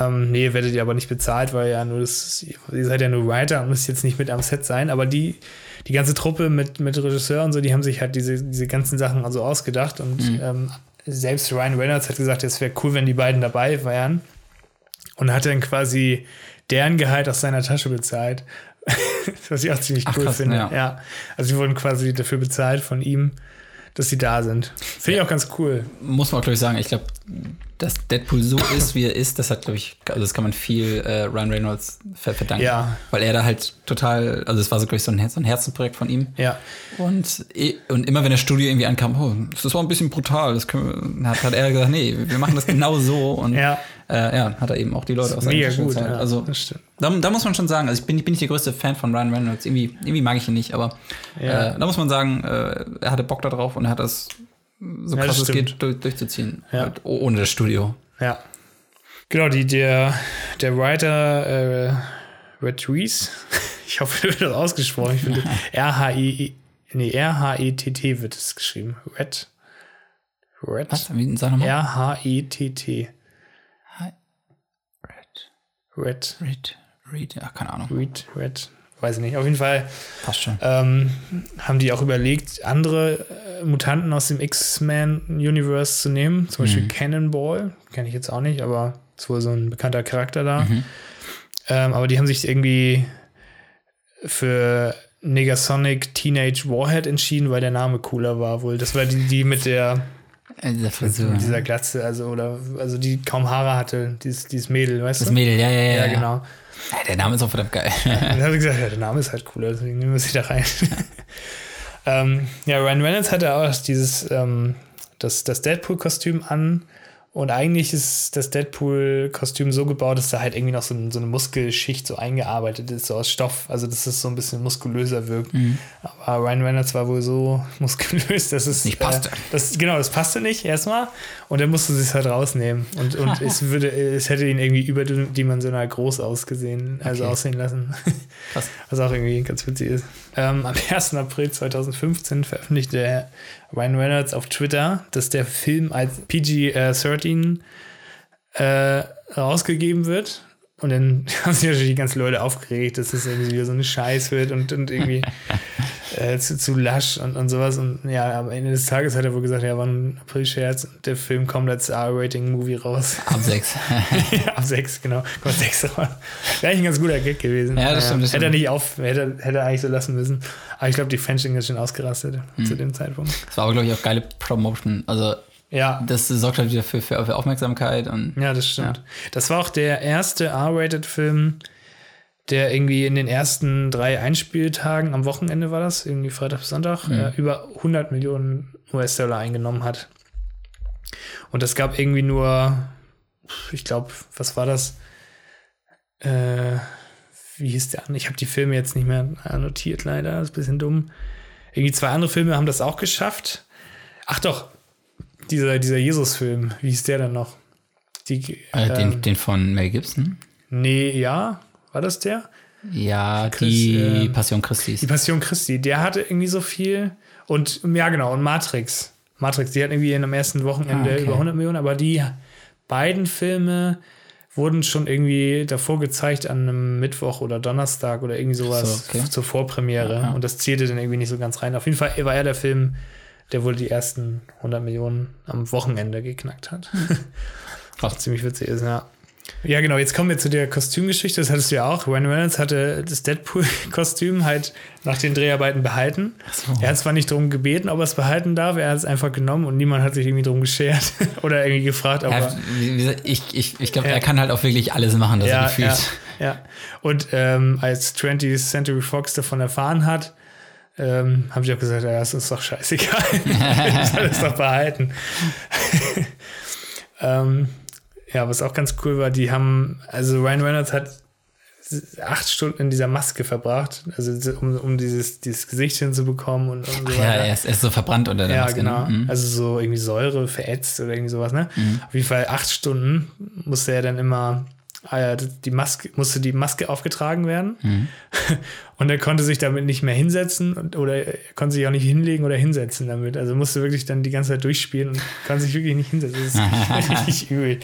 ähm, nee, werdet ihr aber nicht bezahlt, weil ja nur das, ihr seid ja nur Writer und müsst jetzt nicht mit am Set sein. Aber die, die ganze Truppe mit, mit Regisseur und so, die haben sich halt diese, diese ganzen Sachen also ausgedacht. Und Mhm. ähm, selbst Ryan Reynolds hat gesagt, es wäre cool, wenn die beiden dabei wären. Und hat dann quasi deren Gehalt aus seiner Tasche bezahlt. Was ich auch ziemlich Ach, cool krass, finde. ja. ja. Also die wurden quasi dafür bezahlt von ihm, dass sie da sind. Finde ich auch ganz cool. Muss man auch, glaube ich, sagen. Ich glaube, dass Deadpool so ist, wie er ist, das hat, glaube ich, also das kann man viel äh, Ryan Reynolds ver- verdanken. Ja. Weil er da halt total, also es war so, glaube ich, so ein, Her- so ein Herzenprojekt von ihm. Ja. Und, eh- und immer wenn das Studio irgendwie ankam, oh, das war ein bisschen brutal, das können wir, hat, hat er gesagt, nee, wir machen das genau so. Und Ja. Äh, ja, hat er eben auch die Leute aus Mega Tasche gut. gezahlt. Ja, Also das stimmt. da, da muss man schon sagen, also ich bin, ich bin nicht der größte Fan von Ryan Reynolds, irgendwie, irgendwie mag ich ihn nicht, aber Ja. äh, da muss man sagen, äh, er hatte Bock da drauf und er hat das so Ja, das krass es stimmt. geht durch, durchzuziehen. Ja. Halt oh- ohne das Studio. Ja. Genau, die, der, der Writer äh, Red Rees, ich hoffe, wird das ausgesprochen. Ich finde R-H-I, nee, R-H-E-T-T wird es geschrieben. Red. Red. Was? Wie, sag nochmal. R-H-E-T-T. Red, Red. Red, Red, ja, keine Ahnung. Reed, Red. Weiß ich nicht. Auf jeden Fall Passt schon. ähm, haben die auch überlegt, andere äh, Mutanten aus dem X-Men-Universe zu nehmen. Zum Beispiel Cannonball, kenne ich jetzt auch nicht, aber ist wohl so ein bekannter Charakter da. Ähm, aber die haben sich irgendwie für Negasonic Teenage Warhead entschieden, weil der Name cooler war wohl. Das war die, die mit der Äh, dieser Friseur. mit dieser Glatze, also oder also die kaum Haare hatte, dieses, dieses Mädel, weißt das du? Mädel, ja, ja, ja. ja, ja. genau. Äh, Der Name ist auch verdammt geil. Dann habe ich gesagt, ja, der Name ist halt cooler, deswegen nehmen wir sie da rein. ähm, ja, Ryan Reynolds hatte auch dieses, ähm, das, das Deadpool-Kostüm an. Und eigentlich ist das Deadpool-Kostüm so gebaut, dass da halt irgendwie noch so, ein, so eine Muskelschicht so eingearbeitet ist, so aus Stoff. Also, dass es so ein bisschen muskulöser wirkt. Mhm. Aber Ryan Reynolds war wohl so muskulös, dass es. Nicht passte. Äh, das, genau, das passte nicht erstmal. Und dann musste sie es halt rausnehmen. Und, und es, würde, es hätte ihn irgendwie überdimensional groß ausgesehen, also Okay. aussehen lassen. Krass. Was auch irgendwie ganz witzig ist. Ähm, am 1. April 2015 veröffentlichte Ryan Reynolds auf Twitter, dass der Film als PG-13 äh, rausgegeben wird. Und dann haben sich natürlich die ganzen Leute aufgeregt, dass das irgendwie wieder so ein Scheiß wird und, und irgendwie äh, zu, zu lasch und, und sowas. Und ja, am Ende des Tages hat er wohl gesagt, ja, war ein April-Scherz. Der Film kommt als R-Rating-Movie raus. Ab sechs. Ja, ab 6, genau. Kommt 6 raus. Wäre eigentlich ein ganz guter Gag gewesen. Ja, das stimmt, das hätte er stimmt. nicht auf, hätte, hätte er eigentlich so lassen müssen. Aber ich glaube, die Fanshin ist schon ausgerastet Hm. zu dem Zeitpunkt. das war aber, glaube ich, auch geile Promotion. Also, Ja. das sorgt halt wieder für, für, für Aufmerksamkeit und Ja, das stimmt. Das war auch der erste R-Rated-Film, der irgendwie in den ersten drei Einspieltagen am Wochenende war das, irgendwie Freitag bis Sonntag, Hm. äh, über 100 Millionen US-Dollar eingenommen hat. Und das gab irgendwie nur, ich glaube, was war das? Äh, wie hieß der an? Ich habe die Filme jetzt nicht mehr annotiert, leider. Ist ein bisschen dumm. Irgendwie zwei andere Filme haben das auch geschafft. Ach doch, dieser, dieser Jesus-Film, wie hieß der denn noch? Die, äh, ähm, den, den von Mel Gibson. nee, ja, war das der? Ja, Chris, die ähm, Passion Christi. Die Passion Christi, der hatte irgendwie so viel. Und ja, genau, und Matrix. Matrix, die hat irgendwie in am ersten Wochenende Ah, okay. über 100 Millionen, aber die beiden Filme, wurden schon irgendwie davor gezeigt an einem Mittwoch oder Donnerstag oder irgendwie sowas So, okay. zur Vorpremiere. Ja, ja. Und das zielte dann irgendwie nicht so ganz rein. Auf jeden Fall war er der Film, der wohl die ersten 100 Millionen am Wochenende geknackt hat. Krass. Ziemlich witzig ist, ja. Ja, genau. Jetzt kommen wir zu der Kostümgeschichte. Das hattest du ja auch. Ryan Reynolds hatte das Deadpool-Kostüm halt nach den Dreharbeiten behalten. so. Er hat zwar nicht darum gebeten, ob er es behalten darf, er hat es einfach genommen und niemand hat sich irgendwie drum geschert oder irgendwie gefragt, aber. Ja, wie gesagt, ich ich, ich glaube, Ja. er kann halt auch wirklich alles machen, das er Ja, ja, gefühlt. ja. Und ähm, als 20th Century Fox davon erfahren hat, ähm, haben sie auch gesagt, ja, es ist doch scheißegal. ich soll es doch behalten. ähm, ja, was auch ganz cool war, die haben, also Ryan Reynolds hat acht Stunden in dieser Maske verbracht, also um, um dieses, dieses Gesicht hinzubekommen und, und so Ja, er, ist, er ist so verbrannt unter der Ja, Maske. ne? genau. Mhm. Also so irgendwie Säure verätzt oder irgendwie sowas, ne? Auf jeden Fall acht Stunden musste er dann immer ah ja, die Maske, musste die Maske aufgetragen werden. Mhm. Und er konnte sich damit nicht mehr hinsetzen und, oder er konnte sich auch nicht hinlegen oder hinsetzen damit. Also musste wirklich dann die ganze Zeit durchspielen und konnte sich wirklich nicht hinsetzen. Das ist richtig übel.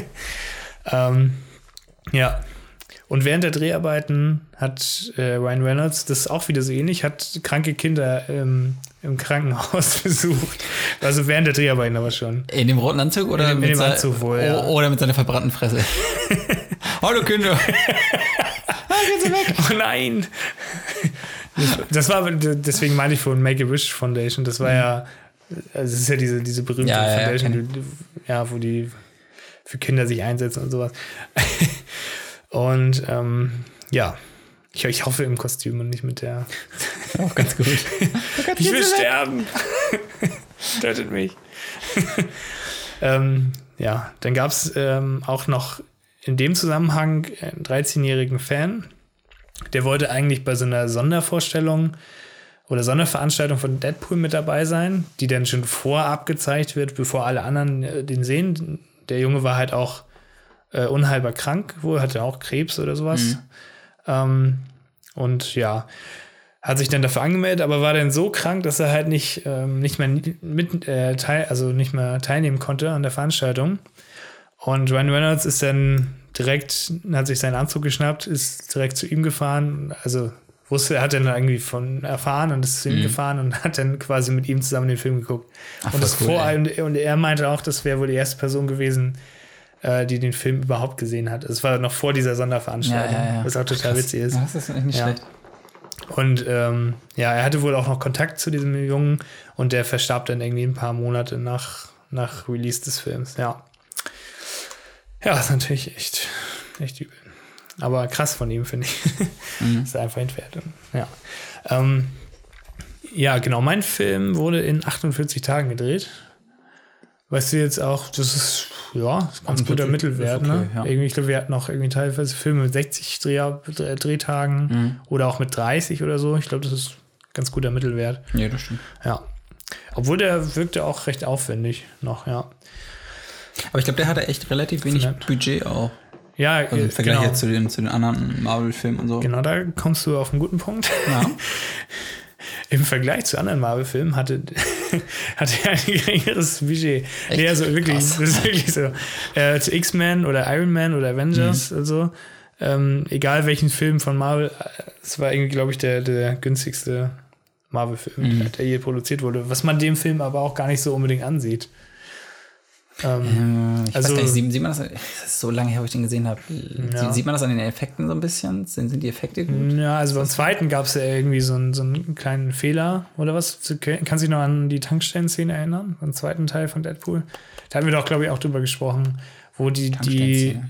ähm, ja. Und während der Dreharbeiten hat äh, Ryan Reynolds, das ist auch wieder so ähnlich, hat kranke Kinder ähm, im Krankenhaus besucht. Also während der Dreharbeiten aber schon. In dem roten Anzug oder In dem- in dem seiner- Anzug wohl, ja. o- oder mit seiner verbrannten Fresse. Hallo Ah, Kinder. Oh nein! Das war, aber- deswegen meine ich von Make-A-Wish Foundation, das war ja, also es ist ja diese, diese berühmte Mhm. Ja, ja, ja, Foundation, kenn die, ja, wo die für Kinder sich einsetzen und sowas. Und ähm, ja, ich, ich hoffe im Kostüm und nicht mit der. auch ganz gut. Ich will sterben! Tötet mich! ähm, ja, dann gab es ähm, auch noch in dem Zusammenhang einen 13-jährigen Fan, der wollte eigentlich bei so einer Sondervorstellung oder Sonderveranstaltung von Deadpool mit dabei sein, die dann schon vorab gezeigt wird, bevor alle anderen äh, den sehen. Der Junge war halt auch äh, unheilbar krank, wohl hatte auch Krebs oder sowas. Mhm. Ähm, und ja, hat sich dann dafür angemeldet, aber war dann so krank, dass er halt nicht, ähm, nicht mehr mit, äh, teil, also nicht mehr teilnehmen konnte an der Veranstaltung. Und Ryan Reynolds ist dann direkt, hat sich seinen Anzug geschnappt, ist direkt zu ihm gefahren. Also wusste, er hat dann irgendwie von erfahren und ist zu ihm gefahren und hat dann quasi mit ihm zusammen den Film geguckt. Mhm. Ach, und, voll das cool, ey. vor allem, und er meinte auch, das wäre wohl die erste Person gewesen, äh, die den Film überhaupt gesehen hat. Es war noch vor dieser Sonderveranstaltung, was auch total witzig ist. Ja, das ist echt nicht Ja. schlecht. Und ähm, ja, er hatte wohl auch noch Kontakt zu diesem Jungen und der verstarb dann irgendwie ein paar Monate nach, nach Release des Films, ja. Ja, ist natürlich echt, echt übel. Aber krass von ihm, finde ich. Mhm. Dass er einfach entfährt. Ja. Ähm, ja, genau. Mein Film wurde in 48 Tagen gedreht. Weißt du jetzt auch, das ist, ja, ist ganz 48 guter ist Mittelwert, okay, ne? ja. Irgendwie, ich glaube, wir hatten auch irgendwie teilweise Filme mit 60 Dreh, Dreh- Drehtagen Mhm. oder auch mit 30 oder so. Ich glaube, das ist ganz guter Mittelwert. Nee, das stimmt. Ja. Obwohl der wirkte auch recht aufwendig noch, ja. Aber ich glaube, der hatte echt relativ wenig Vielleicht. Budget auch. Ja, Also im äh, Vergleich genau. jetzt zu den, zu den anderen Marvel-Filmen und so. genau, da kommst du auf einen guten Punkt. Ja. Äh, Im Vergleich zu anderen Marvel-Filmen hatte, hatte er ein geringeres Budget. Nee, also wirklich, Krass. das ist wirklich so. Äh, zu X-Men oder Iron Man oder Avengers und so. Ähm, egal welchen Film von Marvel, äh, es war irgendwie, glaube ich, der, der günstigste Marvel-Film, der je produziert wurde. Was man dem Film aber auch gar nicht so unbedingt ansieht. Ähm, Äh, Ich Also- weiß gar nicht, sieht, sieht man das, das ist so lange her, wo ich den gesehen habe. Sieht- Sieht man das an den Effekten so ein bisschen? Sind, sind die Effekte gut? ja, also beim zweiten gab es ja irgendwie so einen, so einen kleinen Fehler oder was. Du- Kannst du dich noch an die Tankstellen-Szene erinnern? Beim zweiten Teil von Deadpool? Da hatten wir doch, glaube ich, auch drüber gesprochen, wo die, die Tankstellenszene.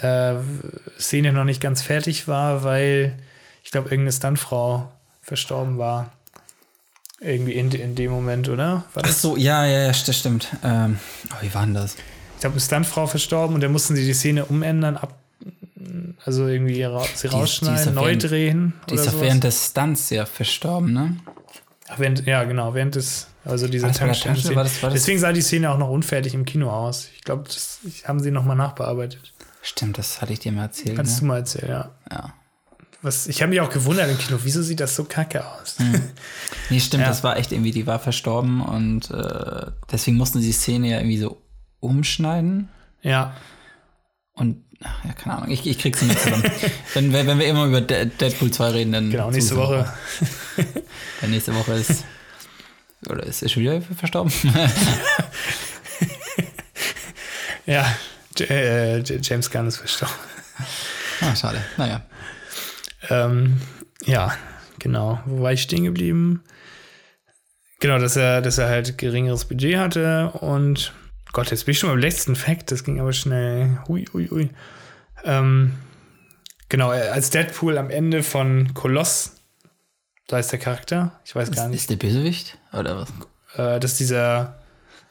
äh, Szene noch nicht ganz fertig war, weil ich glaube, irgendeine Stuntfrau verstorben war. Irgendwie in, in dem Moment, oder? War Ach das? so, ja, ja, ja, st- stimmt. Ähm, oh, wie war denn das? Ich glaube, eine Stuntfrau verstorben und dann mussten sie die Szene umändern, ab, also irgendwie ra sie die rausschneiden, ist ja neu während- drehen. Die ist doch sowas. während des Stunts ja verstorben, ne? Ach, während, ja, genau, während des, also dieser War das bei der Tankstellen. Tankstelle? War das- war das- Deswegen sah die Szene auch noch unfertig im Kino aus. Ich glaube, das haben sie nochmal nachbearbeitet. Stimmt, das hatte ich dir mal erzählt. Kannst Ne? du mal erzählen, ja. Ja. Was, ich habe mich auch gewundert im Kino, wieso sieht das so kacke aus? Hm. Nee, stimmt, Ja. das war echt irgendwie, die war verstorben und äh, deswegen mussten sie die Szene ja irgendwie so umschneiden. ja. Und, ach, ja, keine Ahnung, ich, ich krieg's nicht zusammen. wenn, wenn, wenn wir immer über De Deadpool 2 reden, dann. Genau, nächste zusammen. Woche. Dann nächste Woche ist. Oder ist er schon wieder verstorben? Ja, J äh, J James Gunn ist verstorben. ah, schade. Naja. Ähm, ja, genau. Wo war ich stehen geblieben? Genau, dass er, dass er halt geringeres Budget hatte und Gott, jetzt bin ich schon beim letzten Fact, das ging aber schnell. Hui, hui, hui. Ähm, genau, äh, als Deadpool am Ende von Koloss, da ist der Charakter, ich weiß gar nicht, Ist der Bösewicht? Oder was? äh, dass dieser,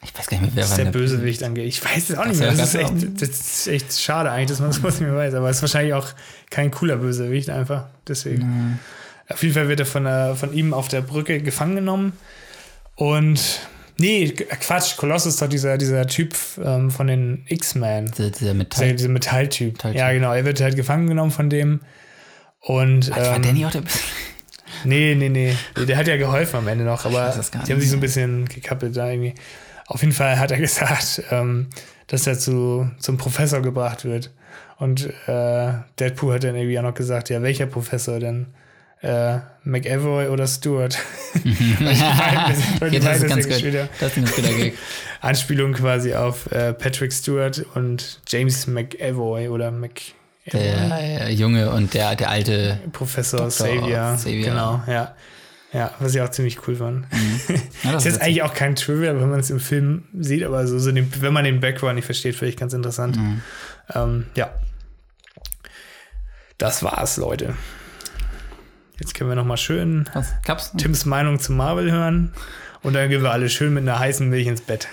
Ich weiß gar nicht mehr, dass wer der war. der- Bösewicht angeht. Ich weiß es auch Gab's ja- nicht mehr. Das ist, gab's ja echt, das ist echt schade eigentlich, dass man sowas nicht mehr weiß, aber es ist wahrscheinlich auch kein cooler Bösewicht einfach, deswegen. Hm, Auf jeden Fall wird er von, der, von ihm auf der Brücke gefangen genommen. Und. Nee, Quatsch, Koloss ist doch dieser, dieser Typ ähm, von den X-Men. Dieser, dieser Dieser, Metall. dieser Metalltyp. Metalltyp. Ja, genau. Er wird halt gefangen genommen von dem. Und. Ach, Ah, war ähm, der nicht auch der Böse- Nee, nee, nee. Nee, Der hat ja geholfen am Ende noch, aber weiß das gar die haben nicht. sich so ein bisschen gekappelt da irgendwie. Auf jeden Fall hat er gesagt, ähm, dass er zu, zum Professor gebracht wird. Und äh, Deadpool hat dann irgendwie auch noch gesagt, ja, welcher Professor denn? Äh, McEvoy oder Stewart? Ja, weil die das beide ist ganz sind gut. Schüler. Das ist ein ganz guter Gag. Anspielung quasi auf äh, Patrick Stewart und James McEvoy oder McEvoy. Der äh, Junge und der, der alte. Professor Dr. Xavier. Xavier. Genau, ja. Ja, was ich auch ziemlich cool fand. Ja, das Ist jetzt witzig. eigentlich auch kein Trivia, wenn man es im Film sieht, aber so, so den, wenn man den Background nicht versteht, vielleicht ganz interessant. Ähm, ja. Das war's, Leute. Jetzt können wir nochmal schön Was? Gab's? Tims Meinung zu Marvel hören. Und dann gehen wir alle schön mit einer heißen Milch ins Bett.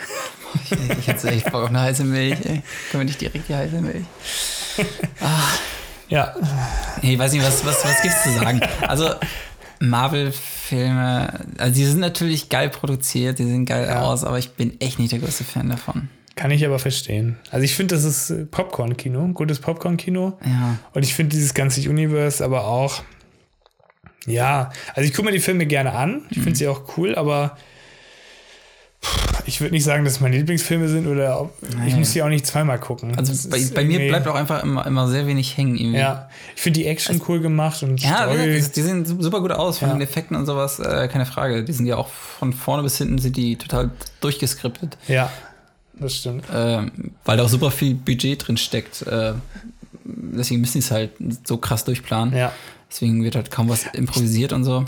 Ich hätte echt Bock auf eine heiße Milch. Ey. Können wir nicht direkt die heiße Milch? Ja, Nee, ich weiß nicht, was, was, was gibt's zu sagen? Also, Marvel-Filme, also die sind natürlich geil produziert, die sehen geil aus, aber ich bin echt nicht der größte Fan davon. kann ich aber verstehen. Also ich finde, das ist äh, Popcorn-Kino, gutes Popcorn-Kino. Ja. Und ich finde dieses ganze Universe aber auch, ja, also ich gucke mir die Filme gerne an. Ich Mhm. finde sie auch cool, aber pff, ich würde nicht sagen, dass es meine Lieblingsfilme sind oder ob, ich Nein. muss sie auch nicht zweimal gucken. Das Also bei, ist bei mir irgendwie- bleibt auch einfach immer, immer sehr wenig hängen. Irgendwie. Ja, ich finde die Action cool gemacht und Ja, wie Story. gesagt, die sehen su- super gut aus, von Ja. den Effekten und sowas, äh, keine Frage. Die sind ja auch von vorne bis hinten sind die total durchgeskriptet, Ja, das stimmt. ähm, weil da auch super viel Budget drin steckt. Äh, deswegen müssen die es halt so krass durchplanen. Ja. Deswegen wird halt kaum was improvisiert und so.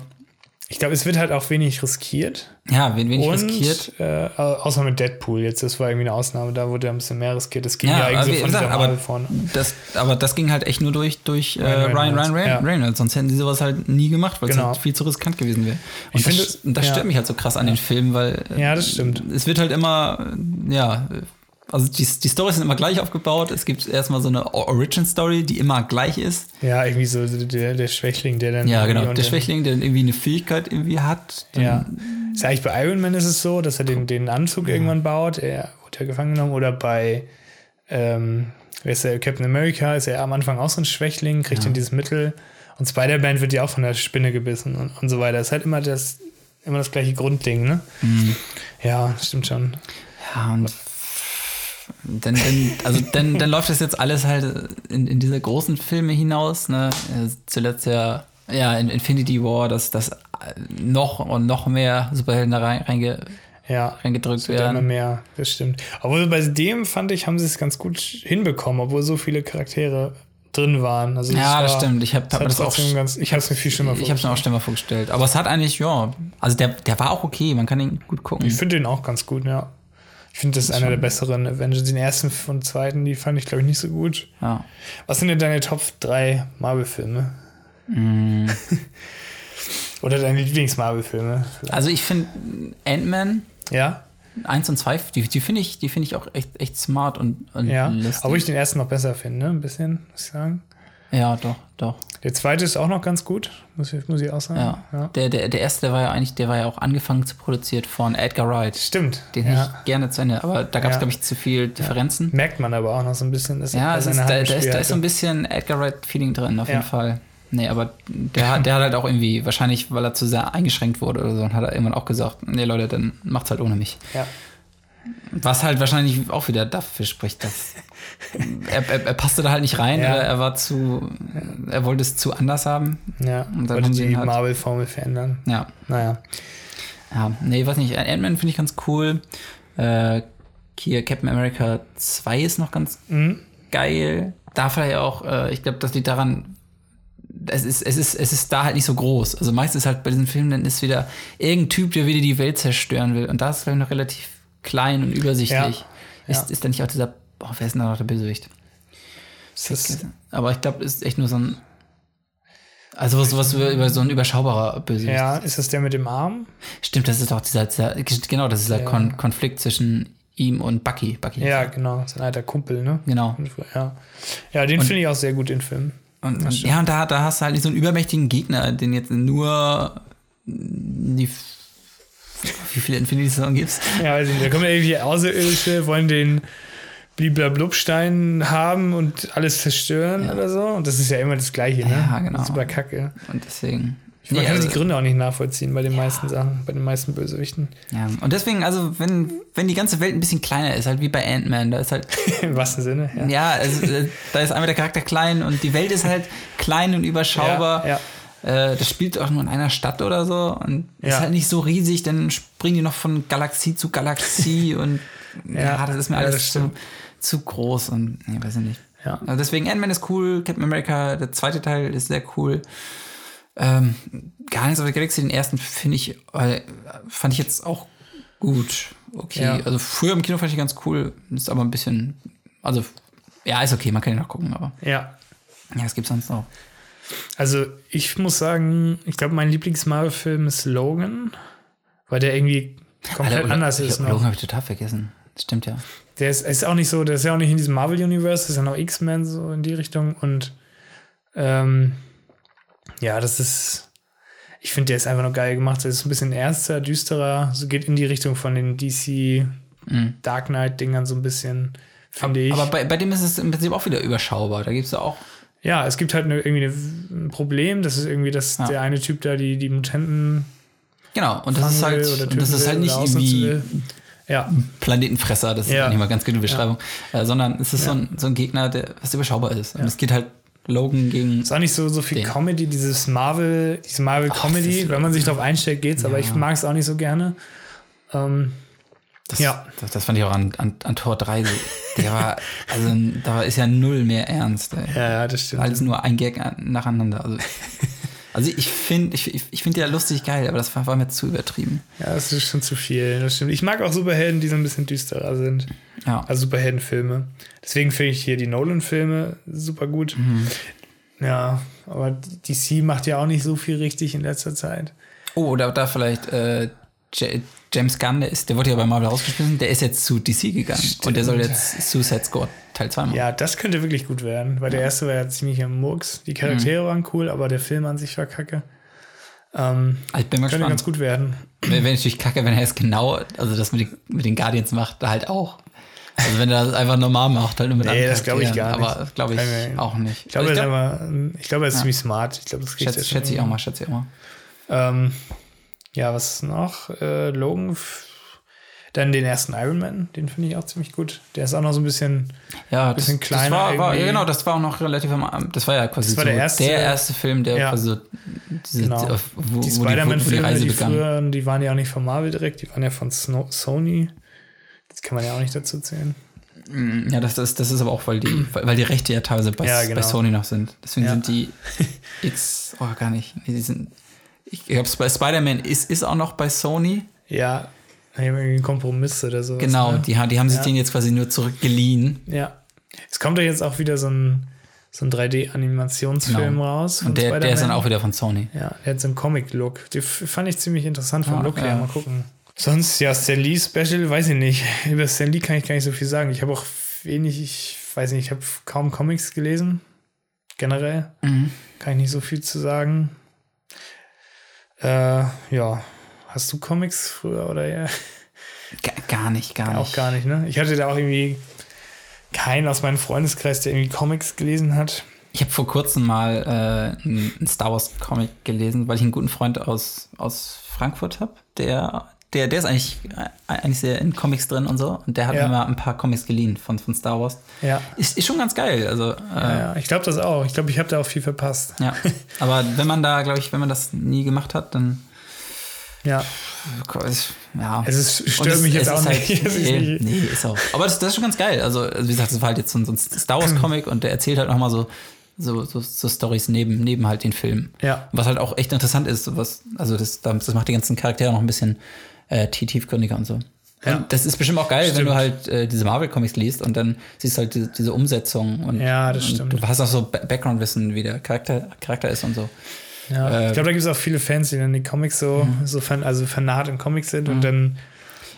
Ich glaube, es wird halt auch wenig riskiert. Ja, wen wenig und riskiert. Äh, außer mit Deadpool jetzt, das war irgendwie eine Ausnahme, da wurde ja ein bisschen mehr riskiert. Das ging ja, Ja, eigentlich aber, so wie von gesagt, dieser aber, Marvel vorne. das, aber das ging halt echt nur durch, durch äh, Ryan Ryan, Ryan, Ryan Reynolds, ja. Reynolds. Sonst hätten sie sowas halt nie gemacht, weil Genau. es halt viel zu riskant gewesen wäre. Und Ich das, finde, und das ja. stört mich halt so krass an den Filmen, weil äh, Ja, das stimmt. es wird halt immer, äh, ja, äh, also die, die Storys sind immer gleich aufgebaut. Es gibt erstmal so eine O- Origin-Story, die immer gleich ist. Ja, irgendwie so der, der Schwächling, der dann. Ja, genau. und Der dann- Schwächling, der irgendwie eine Fähigkeit irgendwie hat. Dann- Ja. Ist ja eigentlich bei Iron Man ist es so, dass er den, den Anzug irgendwann baut. Er wurde ja gefangen genommen. Oder bei ähm, wer ist der, Captain America ist er am Anfang auch so ein Schwächling, kriegt dann dieses Mittel. Und Spider-Man wird ja auch von der Spinne gebissen und, und so weiter. Ist halt immer das, immer das gleiche Grundding, ne? Mhm. Ja, stimmt schon. Ja, und dann, dann, also dann, dann läuft das jetzt alles halt in, in diese großen Filme hinaus. Ne? Äh, Zuletzt ja, ja in Infinity War, dass das noch und noch mehr Superhelden da rein, reinge, Ja. reingedrückt Ja. Immer werden. mehr, das stimmt. Obwohl bei dem fand ich, haben sie es ganz gut hinbekommen, obwohl so viele Charaktere drin waren. Also Ja, das war- stimmt. Ich habe Das hab mir hat das auch. trotzdem ganz, ich habe es mir viel schlimmer Ich habe es mir auch schlimmer vorgestellt. Aber es hat eigentlich, ja. Also der, der war auch okay, man kann ihn gut gucken. Ich finde den auch ganz gut, ja. Ich finde, das ist einer der besseren Avengers. Den ersten und zweiten, die fand ich, glaube ich, nicht so gut. Ja. Was sind denn deine Top 3 Marvel-Filme? Mm. Oder deine Lieblings-Marvel-Filme? vielleicht? Also ich finde Ant-Man Ja, 1 und 2, die, die finde ich, die finde ich auch echt, echt smart und, und ja. lustig. Obwohl ich den ersten noch besser finde, ein bisschen, muss ich sagen. ja, doch, doch. Der zweite ist auch noch ganz gut, muss ich, muss ich auch sagen. Ja. Der, der, der erste, der war ja eigentlich, der war ja auch angefangen zu produziert von Edgar Wright. Stimmt. Den hätte ja. ich gerne zu Ende, aber da gab es, Ja. glaube ich, zu viel Differenzen. Merkt man aber auch noch so ein bisschen. Dass Ja, er es seine ist, da, Hand da, im ist, Spiel da ist so hatte. ein bisschen Edgar Wright-Feeling drin, auf Ja. jeden Fall. Nee, aber der, hat- der hat halt auch irgendwie, wahrscheinlich, weil er zu sehr eingeschränkt wurde oder so, und hat er irgendwann auch gesagt, nee, Leute, dann macht's halt ohne mich. Ja. Was halt wahrscheinlich auch wieder dafür spricht, dass er, er, er passte da halt nicht rein Ja. oder er war zu, er wollte es zu anders haben. Ja, Und dann wollte haben sie die ihn halt- Marvel-Formel verändern. Ja, Naja. ja nee, weiß nicht. Ant-Man finde ich ganz cool. Äh, hier Captain America 2 ist noch ganz Mhm. geil. Da vielleicht auch, äh, ich glaube, das liegt daran, es ist, es, ist, es ist da halt nicht so groß. Also meistens halt bei diesen Filmen, dann ist wieder irgendein Typ, der wieder die Welt zerstören will. Und da ist es vielleicht noch relativ klein und übersichtlich. Ja, Ist, ja. ist dann nicht auch dieser, oh, wer ist denn da noch der Bösewicht? Es ist, Aber ich glaube, ist echt nur so ein. Also was, was über, über so ein überschaubarer Bösewicht. ja, ist das der mit dem Arm? Stimmt, das ist doch dieser, dieser genau, das ist der Ja. Kon Konflikt zwischen ihm und Bucky. Bucky. Ja, genau. Sein alter Kumpel, ne? Genau. Ja, ja den finde ich auch sehr gut, den Film. Und, und, ja, und da, da hast du halt nicht so einen übermächtigen Gegner, den jetzt nur die wie viele Infinity-Saison gibt's. Ja, weiß nicht, da kommen irgendwie Außerirdische, wollen den Bliblablubstein haben und alles zerstören oder so. Und das ist ja immer das Gleiche, ne? Ja, genau. Super kacke. Und deswegen. Ich Man Nee, kann also- die Gründe auch nicht nachvollziehen bei den meisten Sachen, bei den meisten Bösewichten. ja. Und deswegen, also, wenn, wenn die ganze Welt ein bisschen kleiner ist, halt wie bei Ant-Man, da ist halt, Im wahrsten Sinne, ja. ja, also, äh, da ist einmal der Charakter klein und die Welt ist halt klein und überschaubar. Ja, ja. Äh, das spielt auch nur in einer Stadt oder so und ist Ja. halt nicht so riesig, dann springen die noch von Galaxie zu Galaxie und ja, Ja, das ist mir ja, alles das zu, stimmt. zu groß und nee, weiß ich nicht. Ja. Also deswegen Ant-Man ist cool, Captain America, der zweite Teil ist sehr cool. Ähm, Guardians of the Galaxy, den ersten finde ich, äh, fand ich jetzt auch gut. Okay, Ja. also früher im Kino fand ich ihn ganz cool, ist aber ein bisschen, also ja, ist okay, man kann ihn noch gucken, aber ja. ja, es gibt sonst noch. Also ich muss sagen, ich glaube, mein Lieblings-Marvel-Film ist Logan, weil der irgendwie komplett Alter, anders ich, ist. Logan Noch. habe ich total vergessen. Stimmt ja. Der ist, ist auch nicht so, der ist ja auch nicht in diesem Marvel-Universe, ist ja noch X-Men so in die Richtung und ähm, ja, das ist, ich finde, der ist einfach nur geil gemacht. Der ist ein bisschen ernster, düsterer, so geht in die Richtung von den DC Dark Knight-Dingern so ein bisschen, finde ich. Mhm. Aber bei, bei dem ist es im Prinzip auch wieder überschaubar. Da gibt's ja auch. Ja, es gibt halt eine, irgendwie eine, ein Problem, das ist irgendwie, dass Ja. der eine Typ da die, die Mutanten Genau, und das ist fangen halt, will oder und das töten ist halt will nicht oder ausnutzen irgendwie will. Ja, Planetenfresser, das Ja. ist nicht mal ganz gute Beschreibung, äh, sondern es ist so, ein, so ein Gegner, der was überschaubar ist. Und es geht halt Logan gegen. ist auch nicht so, so viel Den. Comedy, dieses Marvel, diese Oh, das Marvel-Comedy. ist- Wenn man sich darauf einstellt, geht's, aber ich mag es auch nicht so gerne. Ähm, Das, ja. das, das fand ich auch an, an, an Tor 3 so. Der war, also da ist ja null mehr ernst. Ey. ja, ja, das stimmt. Alles nur ein Gag an- nacheinander. Also, also ich finde, ich, ich ich finde ja lustig geil, aber das war, war mir zu übertrieben. ja, das ist schon zu viel, das stimmt. Ich mag auch Superhelden, die so ein bisschen düsterer sind. Ja. Also Superheldenfilme. Deswegen finde ich hier die Nolan-Filme super gut. Mhm. Ja, aber DC macht ja auch nicht so viel richtig in letzter Zeit. Oh, oder da vielleicht äh, J James Gunn, der, ist, der wurde ja bei Marvel rausgeschmissen, der ist jetzt zu DC gegangen. Und der soll jetzt Suicide Squad Teil 2 machen. Ja, das könnte wirklich gut werden, weil der erste war ja ziemlich am Murks. Die Charaktere Mhm. waren cool, aber der Film an sich war kacke. Ähm, Also ich bin mal könnte gespannt. ganz gut werden. Wäre wäre natürlich kacke, wenn er es genau, also das mit, den- mit den Guardians macht, halt auch. Also wenn er das einfach normal macht, halt nur mit Nee, das glaub ich Charakteren. gar nicht. Aber das glaube Kann ich ich mir- auch nicht. Ich glaube, also er, ist aber- ich glaube, er ist ziemlich smart. Ich glaube, das kriegt schätze, er schon schätze ich auch mal, schätze ich auch mal. Ähm, ja, was noch? Äh, Logan. f- Dann den ersten Iron Man, den finde ich auch ziemlich gut. Der ist auch noch so ein bisschen. Ja, das, Bisschen kleiner das war, war ja, irgendwie. genau, das war auch noch relativ am Anfang. Das war ja quasi war der erste- erste Film, der Ja. quasi so diese, Genau. auf- äh, wo, wo, die, Die wo, wo die Spider-Man-Filme, Reise die, begann. früher, die waren ja auch nicht von Marvel direkt, die waren ja von Sno Sony. Das kann man ja auch nicht dazu zählen. Ja, das, das, das ist aber auch, weil die, weil weil die Rechte ja teilweise bei, Ja, genau. bei Sony noch sind. Deswegen Ja. sind die X, oh, gar nicht. Nee, die sind, ich glaube, bei Spider-Man ist, ist auch noch bei Sony. Ja, die haben irgendwie einen Kompromiss oder so. Genau, Ne? die, haben- die haben sich Ja. den jetzt quasi nur zurückgeliehen. Ja. Es kommt ja jetzt auch wieder so ein, so ein 3D-Animationsfilm Genau. raus. von Und der, der ist dann Spider-Man. auch wieder von Sony. Ja, der hat so einen Comic-Look. Den f- fand ich ziemlich interessant vom Ah, Look her. ja. Mal gucken. Sonst, ja, Stan Lee Special, weiß ich nicht. Über Stan Lee kann ich gar nicht so viel sagen. Ich habe auch wenig, ich weiß nicht, ich habe kaum Comics gelesen. Generell. Mhm. Kann ich nicht so viel zu sagen. Äh, ja. Hast du Comics früher oder ja? Ga- Gar nicht, gar Auch nicht. gar nicht, ne? Ich hatte da auch irgendwie keinen aus meinem Freundeskreis, der irgendwie Comics gelesen hat. Ich habe vor kurzem mal äh, einen Star Wars Comic gelesen, weil ich einen guten Freund aus, aus Frankfurt habe, der der, der ist eigentlich, äh, eigentlich sehr in Comics drin und so. Und der hat Ja. mir mal ein paar Comics geliehen von, von Star Wars. Ja. Ist, ist schon ganz geil. Also, äh, Ja, ja. ja. ich glaube das auch. Ich glaube, ich habe da auch viel verpasst. Aber wenn man da, glaube ich, wenn man das nie gemacht hat, dann. Ja. Ja. Es ist, Und stört es- mich es jetzt auch ist nicht. Halt, Es ist nee, nicht. nee, ist auch. Aber das, das ist schon ganz geil. Also, also wie gesagt, das war halt jetzt so ein, so ein Star Wars-Comic und der erzählt halt nochmal so, so, so, so Stories neben, neben halt den Film. Ja. Was halt auch echt interessant ist. so Was, also das, das macht die ganzen Charaktere noch ein bisschen äh, tie- tiefgründiger und so. Ja. Und das ist bestimmt auch geil, wenn Stimmt. du halt äh, diese Marvel-Comics liest und dann siehst du halt diese, diese Umsetzung. Und, Ja, das stimmt. Und du hast auch so Ba- Background-Wissen, wie der Charakter, Charakter ist und so. Äh, Ja. Mhm. ich glaube, da gibt es auch viele Fans, die dann die Comics so, so fan, also fanat im Comic sind und dann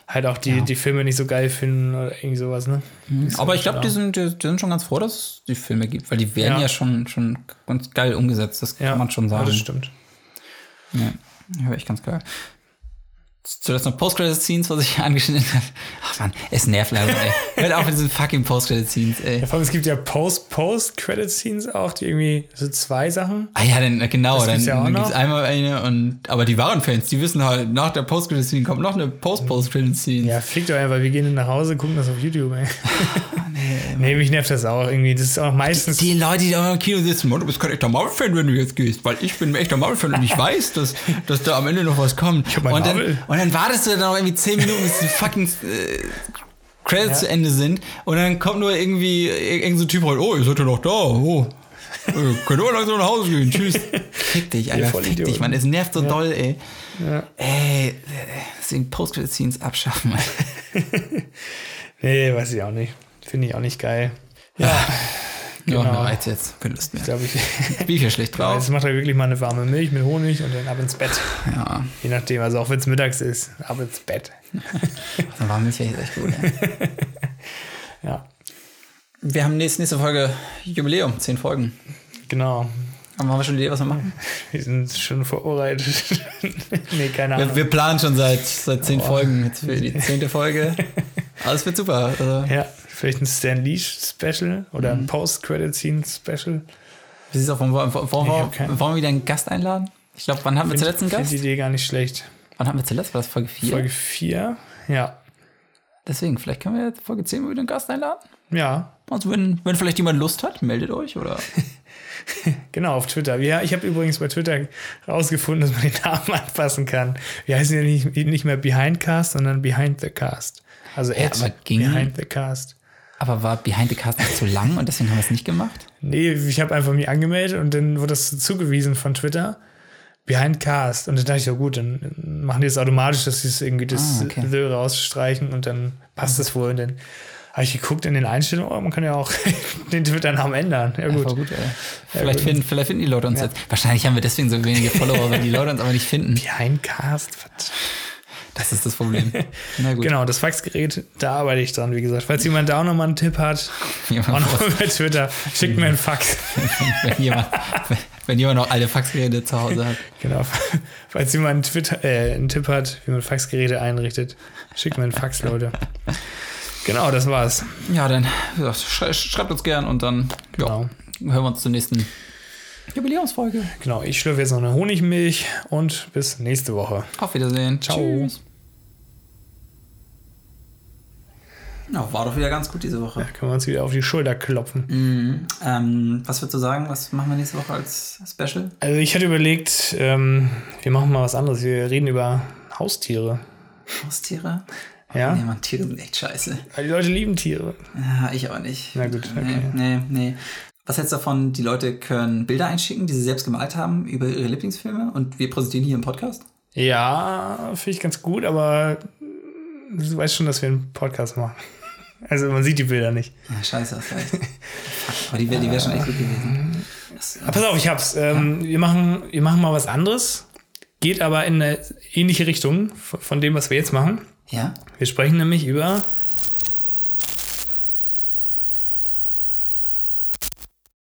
halt auch die, die Filme nicht so geil finden oder irgendwie sowas, ne? Ist Aber ja ich glaube, klar. die sind, die, die sind schon ganz froh, dass es die Filme gibt, weil die werden Ja. ja, schon, schon ganz geil umgesetzt. Das ja. kann man schon Ja, sagen. das stimmt. Ja, höre ich ganz geil. Zuletzt noch Post-Credit-Scenes, was ich angeschnitten habe. Ach man, es nervt langsam, ey. Hört auf mit diesen fucking Post-Credit-Scenes, ey. Ja, vor allem, es gibt ja Post-Post-Credit-Scenes auch, die irgendwie so zwei Sachen. Ah ja, dann, genau, Das dann, gibt's ja auch dann gibt's noch. einmal eine und, aber die wahren Fans, die wissen halt, nach der Post-Credit-Scene kommt noch eine Post-Post-Credit-Scene. Ja, fickt euch einfach, wir gehen dann nach Hause, gucken das auf YouTube, ey. nee, mich nervt das auch irgendwie. Das ist auch meistens. Ah, Die Leute, die da im Kino sitzen, "Mann, du bist kein echter Marvel-Fan, wenn du jetzt gehst, weil ich bin ein echter Marvel-Fan und ich weiß, dass, dass da am Ende noch was kommt. mein und, dann, Marvel. und dann wartest du dann noch irgendwie 10 Minuten, bis die fucking äh, Credits zu Ende sind und dann kommt nur irgendwie ir- irgend so ein Typ halt, oh, ihr seid ja noch da, oh. Äh, Könnt ihr mal langsam nach Hause gehen, tschüss. Fick dich, Alter, fick Vollidioten. dich, Mann, es nervt so doll, ey. Ja. Ey, deswegen Post-Credit-Scenes abschaffen, Alter. Nee, weiß ich auch nicht. Finde ich auch nicht geil. Genau. Genau. Ja, reizt jetzt, keine Lust mehr. Ich glaube, ich. Ich bin ich ja schlecht drauf. Jetzt macht er wirklich mal eine warme Milch mit Honig und dann ab ins Bett. Ja. Je nachdem, also auch wenn es mittags ist, ab ins Bett. Dann war Milch ja jetzt echt gut. Ey. Ja, Wir haben nächste, nächste Folge Jubiläum, zehn Folgen. genau. Haben wir schon eine Idee, was wir machen? Wir sind schon vorbereitet. nee, keine Wir, Ahnung. wir planen schon seit, seit zehn Folgen jetzt für die zehnte Folge. Alles wird super. Also, ja, vielleicht ein Stan Lee Special oder Mhm. ein Post-Credit-Scene Special. wie sieht's auch, wollen wir, wollen, Ich wir, hab keinen. wollen wir wieder einen Gast einladen? Ich glaube, wann hatten wir zuletzt einen Gast? Finde die Idee gar nicht schlecht. Wann hatten wir zuletzt? War das Folge 4? Folge 4. Ja. Deswegen, vielleicht können wir jetzt Folge 10 mal wieder einen Gast einladen. Ja, Also, wenn, wenn vielleicht jemand Lust hat, meldet euch oder. genau, auf Twitter. Ja, ich habe übrigens bei Twitter rausgefunden, dass man den Namen anpassen kann. Wir heißen ja nicht, nicht mehr Behind Cast, sondern Behind the Cast. Also at aber ging- Behind the Cast. Aber war Behind the Cast nicht zu lang und deswegen haben wir es nicht gemacht? Nee, ich habe einfach mich angemeldet und dann wurde das zugewiesen von Twitter. Behind Cast. Und dann dachte ich, ja gut, dann machen die es automatisch, dass sie es irgendwie das Ah, okay. The rausstreichen und dann passt es wohl. Und dann habe ich geguckt in den Einstellungen, oh, man kann ja auch den Twitter-Namen ändern. Ja Ja, gut. voll gut, ey. Vielleicht, gut. finden, vielleicht finden die Leute uns jetzt. Wahrscheinlich haben wir deswegen so wenige Follower, weil die Leute uns aber nicht finden. Behind Cast. verdammt. Das ist das Problem. Na gut. Genau, das Faxgerät, da arbeite ich dran, wie gesagt. Falls jemand da auch nochmal einen Tipp hat, auch Jemand, nochmal bei Twitter, schickt mir einen Fax. wenn, jemand, wenn- wenn jemand noch alte Faxgeräte zu Hause hat. Genau. Falls jemand einen, Twitter, äh, einen Tipp hat, wie man Faxgeräte einrichtet, schickt mir einen Fax, Leute. Genau, das war's. Ja, dann wie gesagt, schrei schreibt uns gern und dann ja, Genau. hören wir uns zur nächsten Jubiläumsfolge. Genau, ich schlürfe jetzt noch eine Honigmilch und bis nächste Woche. Auf Wiedersehen. Ciao. Tschüss. Na, war doch wieder ganz gut diese Woche. Da können wir uns wieder auf die Schulter klopfen. Mhm. Ähm, was würdest du sagen? Was machen wir nächste Woche als Special? Also ich hatte überlegt, ähm, wir machen mal was anderes. Wir reden über Haustiere. Haustiere? Ja? Nee, Mann, Tiere sind echt scheiße. Weil die Leute lieben Tiere. Ah, ich auch nicht. Na gut, okay. Nee, nee, nee. Was hältst du davon, die Leute können Bilder einschicken, die sie selbst gemalt haben, über ihre Lieblingsfilme und wir präsentieren hier im Podcast? Ja, finde ich ganz gut, aber du weißt schon, dass wir einen Podcast machen. Also man sieht die Bilder nicht. Ja, scheiße, das reicht. Aber die wäre die wär schon echt gut gewesen. Das, Ah, Pass auf, ich hab's. Ähm, wir, machen, wir machen mal was anderes. Geht aber in eine ähnliche Richtung von von dem, was wir jetzt machen. ja? Wir sprechen nämlich über